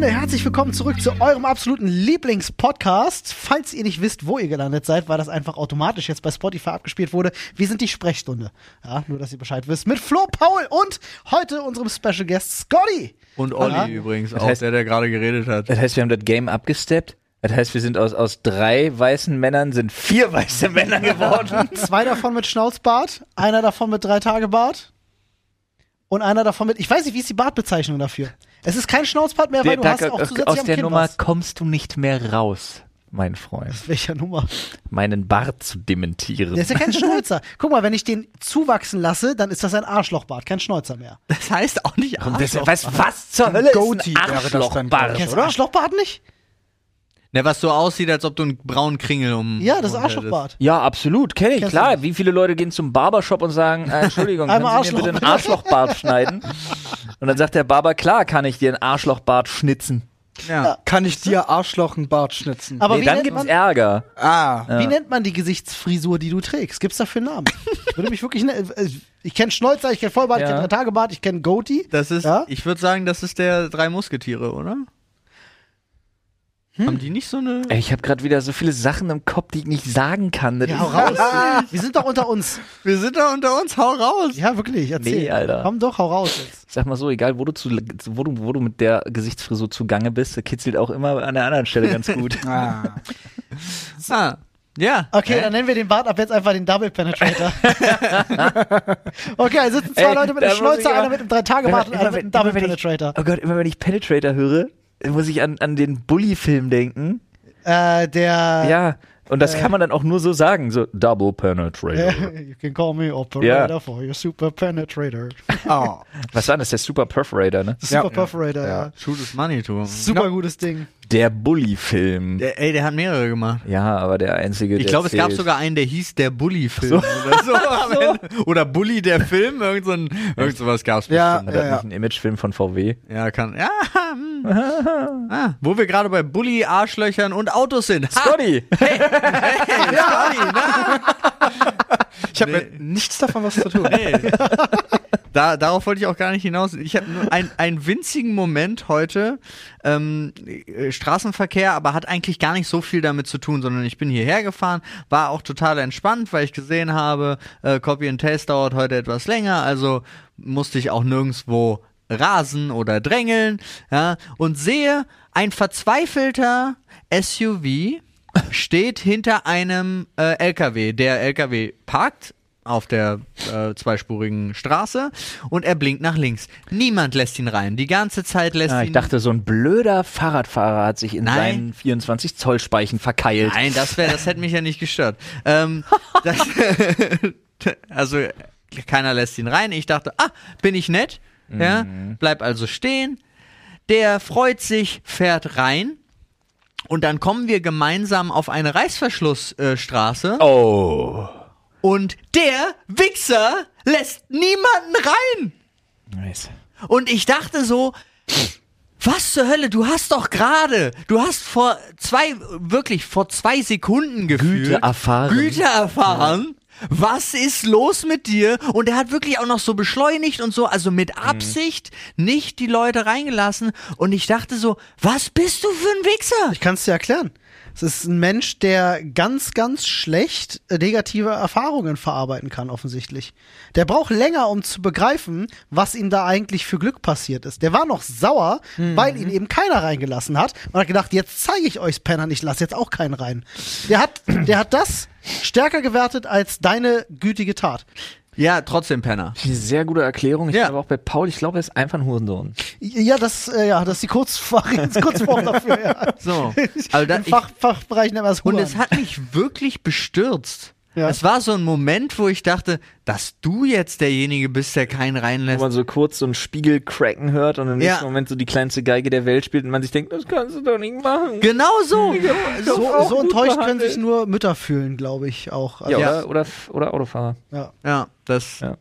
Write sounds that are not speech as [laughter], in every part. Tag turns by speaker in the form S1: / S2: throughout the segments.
S1: Herzlich willkommen zurück zu eurem absoluten Lieblingspodcast. Falls ihr nicht wisst, wo ihr gelandet seid, weil das einfach automatisch jetzt bei Spotify abgespielt wurde, wir sind die Sprechstunde. Ja, nur dass ihr Bescheid wisst. Mit Flo Paul und heute unserem Special Guest Scotty.
S2: Und Olli
S1: Ja.
S2: übrigens,
S3: Das
S2: auch
S3: heißt-
S2: der, der gerade geredet hat.
S3: Das heißt, wir haben das Game abgesteppt. Das heißt, wir sind aus, aus drei weißen Männern, sind vier
S1: [laughs]
S3: weiße Männer geworden.
S1: Zwei davon mit Schnauzbart, einer davon mit drei Tage Bart und einer davon mit. Ich weiß nicht, wie ist die Bartbezeichnung dafür? Es ist kein Schnauzbart mehr, weil du hast
S3: Tag-
S1: auch
S3: aus,
S1: zusätzlich
S3: aus
S1: am
S3: der
S1: Kinn
S3: Nummer
S1: was.
S3: kommst du nicht mehr raus, mein Freund.
S1: Welcher Nummer?
S3: Meinen Bart zu dementieren.
S1: Der ist ja kein Schnäuzer. Guck mal, wenn ich den zuwachsen lasse, dann ist das ein Arschlochbart, kein Schnäuzer mehr.
S2: Das heißt auch nicht
S3: Und das, was, was zur Hölle
S4: Goatee
S3: ist ein
S4: wäre das dann
S3: Arschlochbart,
S1: Kennst du
S3: oder?
S1: Arschlochbart nicht?
S2: Ne, was so aussieht, als ob du einen braunen Kringel um.
S1: Ja,
S3: Oh,
S1: das ist
S2: um-
S1: Arschlochbart.
S3: Ja, absolut, kenne ich,
S1: Kennst du
S3: klar. Wie viele Leute gehen zum Barbershop und sagen, äh,
S1: [laughs]
S3: Entschuldigung, können Sie
S1: Einmal
S3: mir bitte einen
S1: Arschloch,
S3: Arschlochbart
S1: [laughs]
S3: schneiden? Und dann sagt der Barber, klar kann ich dir einen Arschlochbart schnitzen.
S2: Ja.
S4: Kann ich dir Arschloch einen Bart schnitzen?
S1: Aber
S3: Nee,
S1: wie,
S3: dann
S1: nennt
S3: gibt's
S1: man,
S3: Ärger.
S4: ah,
S1: wie nennt man die Gesichtsfrisur, die du trägst? Gibt's dafür einen
S3: [laughs]
S1: Namen? Würde mich wirklich. Ne äh, ich kenne Schnäuzer, ich kenne Vollbart,
S3: Ja.
S1: ich kenne Tagebart, ich kenne Goatee.
S2: Das ist,
S1: Ja?
S2: ich würde sagen, das ist der drei Musketiere, oder? Haben die nicht so eine.
S3: Ey, ich habe gerade wieder so viele Sachen im Kopf, die ich nicht sagen kann. Das
S1: Ja,
S3: ist-
S1: hau
S3: [laughs]
S1: raus. Wir sind doch unter uns.
S2: Wir sind da unter uns, hau raus!
S1: Ja, wirklich, erzähl.
S3: Nee, Alter.
S1: Komm doch, hau raus jetzt.
S3: Ich sag mal so, egal wo du, zu, wo du, wo du mit der Gesichtsfrisur zugange bist, kitzelt auch immer an der anderen Stelle ganz gut.
S4: ah.
S2: Ah, ja.
S1: Okay,
S2: Hä?
S1: dann nennen wir den Bart ab jetzt einfach den Double
S3: [laughs]
S1: Penetrator. okay, da sitzen zwei
S3: Ey,
S1: Leute mit
S3: da
S1: einem
S3: muss ich
S1: Schnäuzer,
S3: aber-
S1: einer mit einem
S3: [laughs]
S1: Drei-Tage-Bart und einer mit einem Double Penetrator.
S3: Ich, oh Gott, immer wenn ich Penetrator höre, muss ich an, an den Bully-Film denken.
S1: Äh, der.
S3: ja, und das kann man dann auch nur so sagen, so Double Penetrator.
S1: [laughs] You can call me Operator
S3: Ja.
S1: for your Super Penetrator.
S4: oh.
S3: Was war das, der Super Perforator, ne?
S1: Super
S4: Ja.
S1: Perforator, ja.
S2: Shoot is money to him.
S1: Super gutes Ding.
S3: Der Bully-Film.
S2: Der, ey, der hat mehrere gemacht.
S3: Ja, aber der einzige,
S2: Ich
S3: der
S2: glaube, es gab
S3: zählt.
S2: sogar einen, der hieß der Bully-Film oder so. am Ende. Oder Bully der Film, irgend, so ein, irgend sowas gab's
S4: Ja,
S3: War
S2: bestimmt.
S3: das
S4: ja, ja.
S3: nicht ein Imagefilm von VW?
S2: Ja, kann. Ja, hm. ah, wo wir gerade bei Bully, Arschlöchern und Autos sind. Ha,
S3: Scotty!
S2: Scotty, na?
S4: Ich habe
S2: Nee.
S4: mit nichts davon was zu tun.
S2: Nee. [laughs] Da, darauf wollte ich auch gar nicht hinaus. Ich habe nur ein- einen winzigen Moment heute. Ähm, äh, Straßenverkehr, aber hat eigentlich gar nicht so viel damit zu tun, sondern ich bin hierher gefahren, war auch total entspannt, weil ich gesehen habe, äh, Copy and Taste dauert heute etwas länger, also musste ich auch nirgendwo rasen oder drängeln. Ja, und sehe, ein verzweifelter SUV steht hinter einem äh, LKW. Der LKW parkt auf der äh, zweispurigen Straße und er blinkt nach links. Niemand lässt ihn rein. Die ganze Zeit lässt
S3: Ah,
S2: ihn
S3: ich dachte, so ein blöder Fahrradfahrer hat sich in
S2: Nein.
S3: seinen 24-Zoll-Speichen verkeilt.
S2: Nein, das wäre, das hätte mich ja nicht gestört.
S3: [laughs]
S2: Ähm, das, [laughs] also keiner lässt ihn rein. Ich dachte, ah, bin ich nett? Ja,
S3: Mhm.
S2: bleib also stehen. Der freut sich, fährt rein. Und dann kommen wir gemeinsam auf eine Reißverschlussstraße.
S3: Oh.
S2: Und der Wichser lässt niemanden rein.
S3: Nice.
S2: Und ich dachte so, was zur Hölle, du hast doch gerade, du hast vor zwei, wirklich vor zwei Sekunden gefühlt,
S3: Güte erfahren.
S2: Güte erfahren. Was ist los mit dir? Und er hat wirklich auch noch so beschleunigt und so, also mit Absicht nicht die Leute reingelassen. Und ich dachte so, was bist du für ein Wichser?
S1: Ich kann es dir erklären. Es ist ein Mensch, der ganz, ganz schlecht äh, negative Erfahrungen verarbeiten kann, offensichtlich. Der braucht länger, um zu begreifen, was ihm da eigentlich für Glück passiert ist. Der war noch sauer,
S2: Mhm.
S1: weil ihn eben keiner reingelassen hat und hat gedacht, jetzt zeige ich euch's Pennern, ich lasse jetzt auch keinen rein. Der hat, [clears throat] der hat das stärker gewertet als deine gütige Tat.
S2: Ja, trotzdem Penner.
S3: Das ist eine sehr gute Erklärung. Ich
S2: Ja.
S3: glaube auch bei Paul, ich glaube, er ist einfach ein Hurensohn.
S1: Ja, das, äh, ja, das ist die [laughs] Kurzform Kurzform dafür. Ja.
S2: [laughs] So. Also da,
S1: Im
S2: ich,
S1: Fach, Fachbereich nennt man das
S2: Und
S1: Huren.
S2: es hat mich wirklich bestürzt.
S1: Ja.
S2: Es war so ein Moment, wo ich dachte, dass du jetzt derjenige bist, der keinen
S3: Wo
S2: reinlässt.
S3: man so kurz so einen Spiegel cracken hört und im
S2: Ja.
S3: nächsten Moment so die kleinste Geige der Welt spielt und man sich denkt, das kannst du doch nicht machen.
S2: Genau so.
S1: so,
S3: auch
S1: so
S3: gut
S1: enttäuscht können
S3: behandelt.
S1: sich nur Mütter fühlen, glaube ich auch. Also,
S3: Ja,
S2: Ja.
S3: Oder, oder, oder Autofahrer.
S1: ja.
S2: Ja, das.
S3: Ja. Aber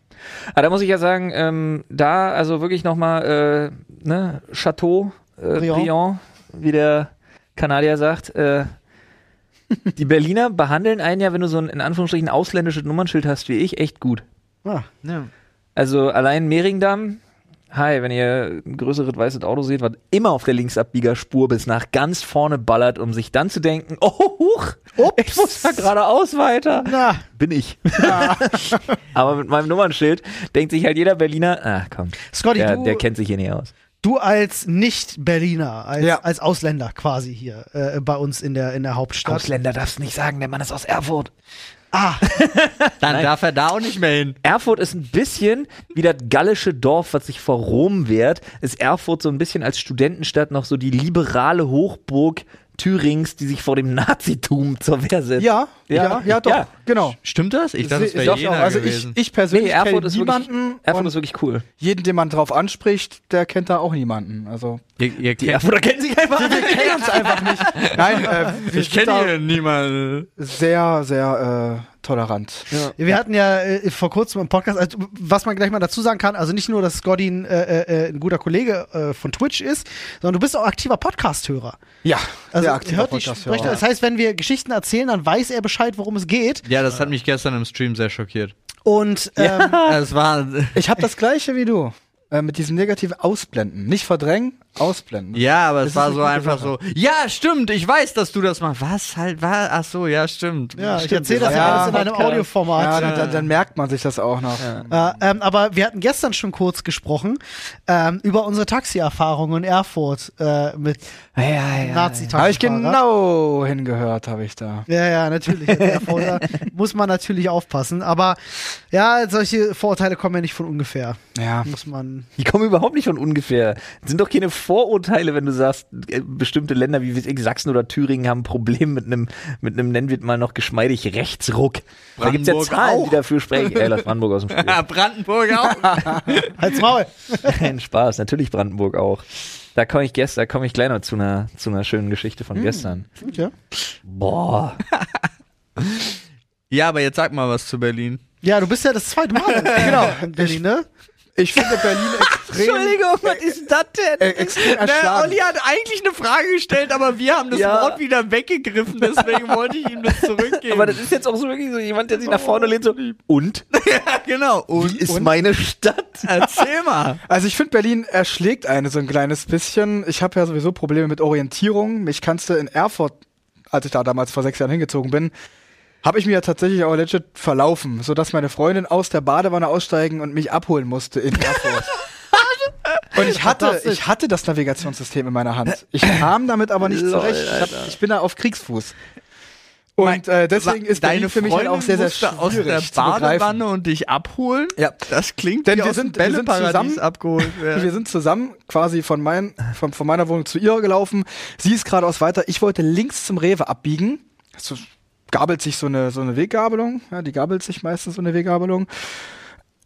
S3: Ah, da muss ich ja sagen, ähm, da also wirklich nochmal, äh, ne, Chateau, äh,
S1: Briand.
S3: Briand. wie der Kanadier sagt, äh, die Berliner behandeln einen ja, wenn du so ein in Anführungsstrichen ausländisches Nummernschild hast wie ich, echt gut.
S1: Ah,
S2: Ja.
S3: Also allein Mehringdamm Hi, wenn ihr ein größeres weißes Auto seht, was immer auf der Linksabbiegerspur bis nach ganz vorne ballert, um sich dann zu denken, oh, huch, ich muss da geradeaus weiter.
S1: Na,
S3: Bin [laughs] ich. Aber mit meinem Nummernschild denkt sich halt jeder Berliner, ach komm,
S1: Scotty,
S3: der,
S1: du-
S3: der kennt sich hier nicht aus.
S1: du als Nicht-Berliner, als,
S4: Ja.
S1: als Ausländer quasi hier äh, bei uns in der, in der Hauptstadt.
S3: Ausländer darfst du nicht sagen, der Mann ist aus Erfurt.
S1: ah,
S2: Dann
S3: Nein.
S2: darf er da auch nicht mehr hin.
S3: Erfurt ist ein bisschen wie das gallische Dorf, was sich vor Rom wehrt, ist Erfurt so ein bisschen als Studentenstadt noch so die liberale Hochburg Thürings, die sich vor dem Nazitum zur Wehr setzt.
S4: [laughs] Ja, ja, ja, doch,
S3: Ja.
S4: genau.
S2: Stimmt das? Ich dachte, es
S4: Sehe ich
S2: wäre
S4: auch.
S2: Jena
S4: also ich,
S2: gewesen.
S4: ich persönlich
S3: Nee, Erfurt
S4: kenne
S3: ist
S4: niemanden
S3: wirklich, Erfurt
S4: und
S3: ist wirklich cool.
S4: jeden, den man drauf anspricht, der kennt da auch niemanden. [laughs] Also
S2: ihr, ihr
S3: Die
S2: kennt-
S3: Erfurter kennen sich einfach alle.
S4: kennen uns einfach nicht. Nein, äh, wir
S2: ich
S4: sind
S2: kenne
S4: da
S2: hier niemanden.
S4: sehr, sehr äh, tolerant.
S1: wir hatten ja äh, vor kurzem im Podcast, also, was man gleich mal dazu sagen kann, also nicht nur, dass Scotty ein, äh, äh, ein guter Kollege äh, von Twitch ist, sondern du bist auch aktiver Podcast-Hörer.
S4: Ja,
S1: Also
S4: sehr aktiver
S1: hört die
S4: Podcast-Hörer.
S1: Sprecher. Das heißt, wenn wir Geschichten erzählen, dann weiß er Bescheid, worum es geht.
S2: Ja, das hat mich gestern im Stream sehr schockiert.
S1: Und ähm,
S2: Es war.
S4: Ich habe das gleiche wie du. Äh, mit diesem negativen Ausblenden. Nicht verdrängen, ausblenden.
S2: Ja, aber es
S4: ist
S2: war
S4: eine
S2: so
S4: gute
S2: einfach so. Ja, stimmt, ich weiß, dass du das machst. Was halt war? Ach so, ja, stimmt.
S1: ja, ich
S2: Stimmt,
S1: erzähle
S4: wir
S1: das ja
S4: waren
S1: alles in einem
S3: Podcast.
S4: Ja,
S1: Audioformat.
S4: dann, dann, dann merkt man sich das auch noch.
S1: Äh, ähm, aber wir hatten gestern schon kurz gesprochen ähm, über unsere Taxi-Erfahrungen in Erfurt äh, mit
S3: Ja, ja, ja.
S4: Habe ich
S1: Nazi-Taxifahrer.
S4: genau hingehört, habe ich da.
S1: Ja, ja, natürlich. Als Erfurter muss man natürlich aufpassen. Aber ja, solche Vorurteile kommen ja nicht von ungefähr.
S4: Ja.
S1: Muss man.
S3: Die kommen überhaupt nicht von ungefähr. Das sind doch keine Vorurteile, wenn du sagst, äh, bestimmte Länder wie weiß ich, Sachsen oder Thüringen haben ein Problem mit einem, mit einem, nennen wir es mal noch geschmeidig, Rechtsruck. Da gibt es ja
S2: Brandenburg
S3: Zahlen,
S2: auch.
S3: die dafür sprechen. Ey, lass Brandenburg aus dem
S2: [laughs]
S3: Spiel. [laughs]
S2: Ja, Brandenburg auch.
S1: Halt's Maul.
S3: Kein Spaß, natürlich Brandenburg auch. Da komme ich gestern, komme ich gleich noch zu einer, zu einer schönen Geschichte von gestern.
S1: Okay.
S3: [laughs] Boah.
S2: ja, aber jetzt sag mal was zu Berlin.
S1: Ja, du bist ja das zweite Mal. genau. In Berlin, ne?
S4: Ich finde Berlin [laughs] extrem,
S3: was ist das
S4: äh,
S3: denn?
S4: extrem
S2: Na,
S4: erschlagen.
S2: Ne, Olli hat eigentlich eine Frage gestellt, aber wir haben das
S3: Ja.
S2: Wort wieder weggegriffen, deswegen wollte ich ihm das zurückgeben.
S3: Aber das ist jetzt auch so wirklich so jemand, der sich nach vorne lehnt, so, und?
S2: ja, genau. Und,
S3: Ist meine Stadt.
S2: [laughs] erzähl mal.
S4: Also ich finde, Berlin erschlägt eine so ein kleines bisschen. Ich habe ja sowieso Probleme mit Orientierung. Mich kannst du in Erfurt, als ich da damals vor sechs Jahren hingezogen bin, habe ich mir ja tatsächlich auch legit verlaufen, sodass meine Freundin aus der Badewanne aussteigen und mich abholen musste in Erfurt.
S2: [laughs]
S4: Und ich hatte,
S1: Fantastisch.
S4: ich hatte das Navigationssystem in meiner Hand. Ich kam damit aber nicht
S3: Lol,
S4: zurecht. Ich, hab, ich bin da auf Kriegsfuß. Und äh, deswegen ist
S2: Deine
S4: Berlin für mich halt auch sehr, sehr
S2: Freundin
S4: schwierig
S2: musste aus der
S4: zu begreifen.
S2: Badewanne und dich abholen?
S4: Ja.
S2: Das klingt
S4: Denn
S2: wie
S4: wir
S2: aus dem
S4: sind- wir sind
S2: Bälleparadies
S4: zusammen-
S2: abgeholt
S4: Wir
S1: Äh.
S2: werden.
S4: sind zusammen quasi von, mein, von, von meiner Wohnung zu ihrer gelaufen. Sie ist geradeaus weiter. Ich wollte links zum Rewe abbiegen. So gabelt sich so eine, so eine Weggabelung. Ja, die gabelt sich meistens so eine Weggabelung.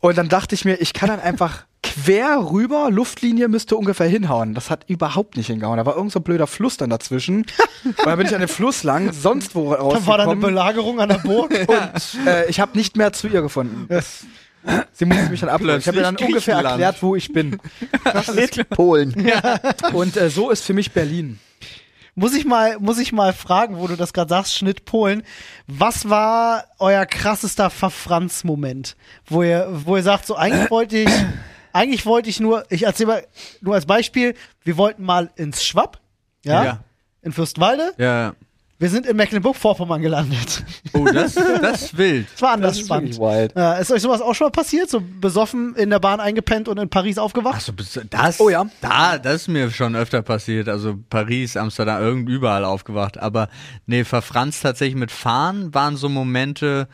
S4: Und dann dachte ich mir, ich kann dann einfach [laughs] quer rüber, Luftlinie müsste ungefähr hinhauen. Das hat überhaupt nicht hingehauen. Da war irgend so ein blöder Fluss dann dazwischen. Und dann bin ich an den Fluss lang, sonst wo
S1: Da war da eine
S4: rausgekommen.
S1: Belagerung an der Burg.
S4: Und äh, ich habe nicht mehr zu ihr gefunden. Das, sie musste mich dann abholen. Ich habe ihr dann
S2: Plötzlich
S4: ungefähr
S2: Griechenland.
S4: erklärt, wo ich bin.
S3: Polen.
S4: Und äh, so ist für mich Berlin.
S1: Muss ich mal, muss ich mal fragen, wo du das gerade sagst, Schnitt Polen. Was war euer krassester Verfranz-Moment, wo ihr, wo ihr sagt, so eigentlich wollte ich, eigentlich wollte ich nur, ich erzähle mal nur als Beispiel, wir wollten mal ins Schwab, ja,
S2: Ja.
S1: in Fürstenwalde.
S2: Ja.
S1: Wir sind in Mecklenburg-Vorpommern gelandet.
S2: Oh, das, das ist wild.
S1: Das war anders
S3: Das ist
S1: spannend.
S3: wirklich wild.
S1: Ja, ist euch sowas auch schon mal passiert? So besoffen in der Bahn eingepennt und in Paris aufgewacht?
S2: Achso, das,
S4: Oh ja.
S2: da, das ist mir schon öfter passiert. Also Paris, Amsterdam, irgend überall aufgewacht. Aber nee, verfranst tatsächlich mit Fahren waren so Momente,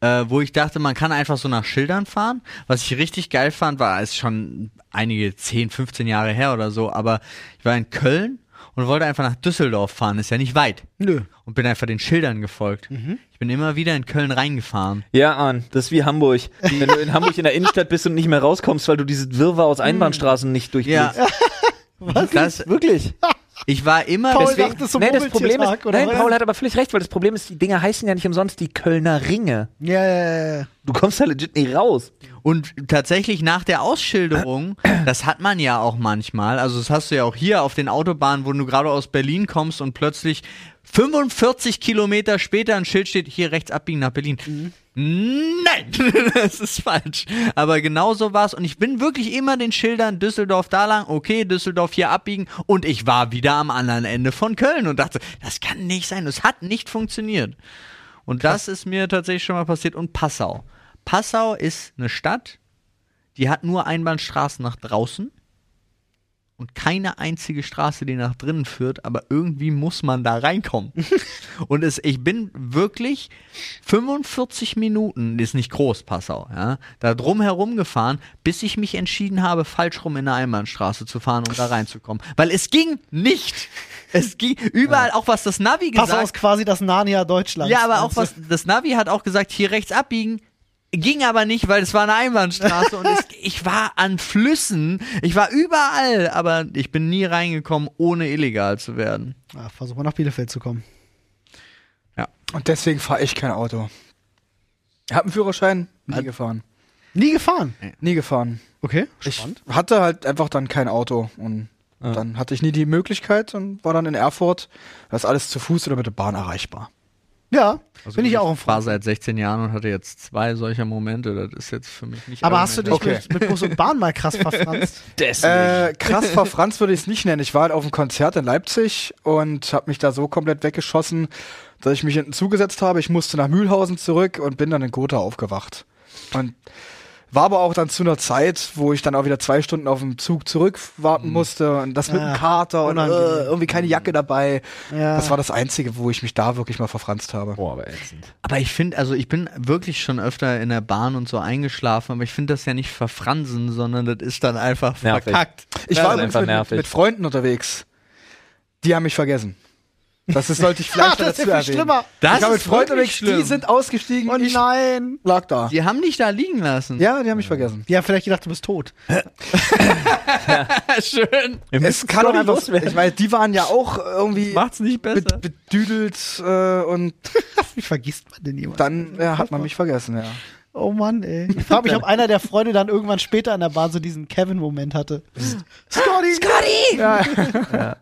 S2: äh, wo ich dachte, man kann einfach so nach Schildern fahren. Was ich richtig geil fand, war es ist schon einige 10, 15 Jahre her oder so, aber ich war in Köln und wollte einfach nach Düsseldorf fahren. Ist ja nicht weit.
S1: Nö.
S2: Und bin einfach den Schildern gefolgt. Ich bin immer wieder in Köln reingefahren.
S3: Ja, Arn, das ist wie [laughs] Hamburg. Wenn du in Hamburg in der Innenstadt bist und nicht mehr rauskommst, weil du dieses Wirrwarr aus Einbahnstraßen nicht durchblickst.
S2: Was? Das,
S3: Wirklich?
S2: ich war immer
S1: Paul
S2: deswegen,
S1: sagt es so
S3: Nein, das Problem ist, nein,
S1: was?
S3: Paul hat aber völlig recht, weil das Problem ist, die Dinger heißen ja nicht umsonst die Kölner Ringe.
S1: Ja, ja, ja, ja.
S3: Du kommst da legit nicht raus.
S2: Und tatsächlich nach der Ausschilderung, das hat man ja auch manchmal, also das hast du ja auch hier auf den Autobahnen, wo du gerade aus Berlin kommst und plötzlich 45 Kilometer später ein Schild steht, hier rechts abbiegen nach Berlin. Nein, [laughs] das ist falsch. Aber genau so war's. Und ich bin wirklich immer den Schildern Düsseldorf da lang, okay, Düsseldorf hier abbiegen. Und ich war wieder am anderen Ende von Köln und dachte, das kann nicht sein, das hat nicht funktioniert. Und das ist mir tatsächlich schon mal passiert. Und Passau. Passau ist eine Stadt, die hat nur Einbahnstraßen nach draußen und keine einzige Straße, die nach drinnen führt, aber irgendwie muss man da
S1: [laughs]
S2: reinkommen. und es, ich bin wirklich 45 Minuten, das ist nicht groß, Passau, ja, da drum herum gefahren, bis ich mich entschieden habe, falsch rum in eine Einbahnstraße zu fahren und da reinzukommen. Weil es ging
S1: [laughs]
S2: nicht. Es ging überall, auch was das Navi gesagt
S1: Passau ist quasi das Narnia Deutschlands.
S2: ja, aber auch
S1: Also,
S2: was das Navi hat auch gesagt, hier rechts abbiegen. Ging aber nicht, weil es war eine Einbahnstraße und es, ich war an Flüssen, ich war überall, aber ich bin nie reingekommen, ohne illegal zu werden.
S1: Ah, versuch mal nach Bielefeld zu kommen.
S4: Und deswegen fahre ich kein Auto. Hab einen Führerschein, nie gefahren.
S1: Nie gefahren.
S4: Nie gefahren.
S1: Okay,
S4: Ich
S1: spannend.
S4: hatte halt einfach dann kein Auto und dann hatte ich nie die Möglichkeit und war dann in Erfurt. Das ist alles zu Fuß oder mit der Bahn erreichbar.
S1: ja, bin ich auch im
S2: Phase seit 16 Jahren und hatte jetzt zwei solcher Momente, das ist jetzt für mich nicht
S1: Aber hast du dich
S4: Okay.
S1: mit, mit Bus und Bahn mal [laughs] krass verfranst?
S4: Äh, krass vor Franz würde ich es nicht nennen. Ich war halt auf einem Konzert in Leipzig und habe mich da so komplett weggeschossen, dass ich mich hinten zugesetzt habe. Ich musste nach Mühlhausen zurück und bin dann in Gotha aufgewacht. Und war aber auch dann zu einer Zeit, wo ich dann auch wieder zwei Stunden auf dem Zug zurück warten musste und das mit
S1: Mhm. Ja,
S4: einem Kater und äh,
S1: unangenehm.
S4: irgendwie keine Jacke dabei.
S1: Ja.
S4: Das war das Einzige, wo ich mich da wirklich mal verfranst habe.
S3: Boah, aber ätzend.
S2: Aber ich finde, also ich bin wirklich schon öfter in der Bahn und so eingeschlafen, aber ich finde das ja nicht verfransen, sondern das ist dann einfach
S3: Nervig.
S2: verkackt.
S4: Ich
S3: Ja,
S4: war
S3: das ist
S4: übrigens
S3: einfach
S4: mit,
S3: nervig.
S4: mit Freunden unterwegs. Die haben mich vergessen. Das ist,
S1: [laughs]
S4: sollte ich vielleicht
S1: Ah,
S4: noch
S1: das ist ja
S4: dazu
S1: viel
S4: erwähnen.
S1: schlimmer.
S2: Das
S4: ich war mit
S2: ist
S4: Freunden
S2: wirklich
S4: unterwegs, die
S2: schlimm.
S4: sind ausgestiegen
S1: Oh
S4: und ich
S1: nein.
S4: lag da.
S2: Die haben dich da liegen lassen.
S4: Ja, die haben mich vergessen.
S1: Die haben vielleicht gedacht, du bist tot.
S2: schön.
S4: Es kann auch einfach Ich meine, die waren ja auch irgendwie
S2: Macht's nicht
S4: be-
S2: besser.
S4: bedüdelt äh, und
S1: Wie vergisst man denn jemanden?
S4: dann äh, hat man mich vergessen, ja.
S1: Oh Mann, ey. Ich frage mich, ob einer der Freunde dann irgendwann später in der Bahn so diesen Kevin-Moment hatte. Scotty! Scotty! Ja.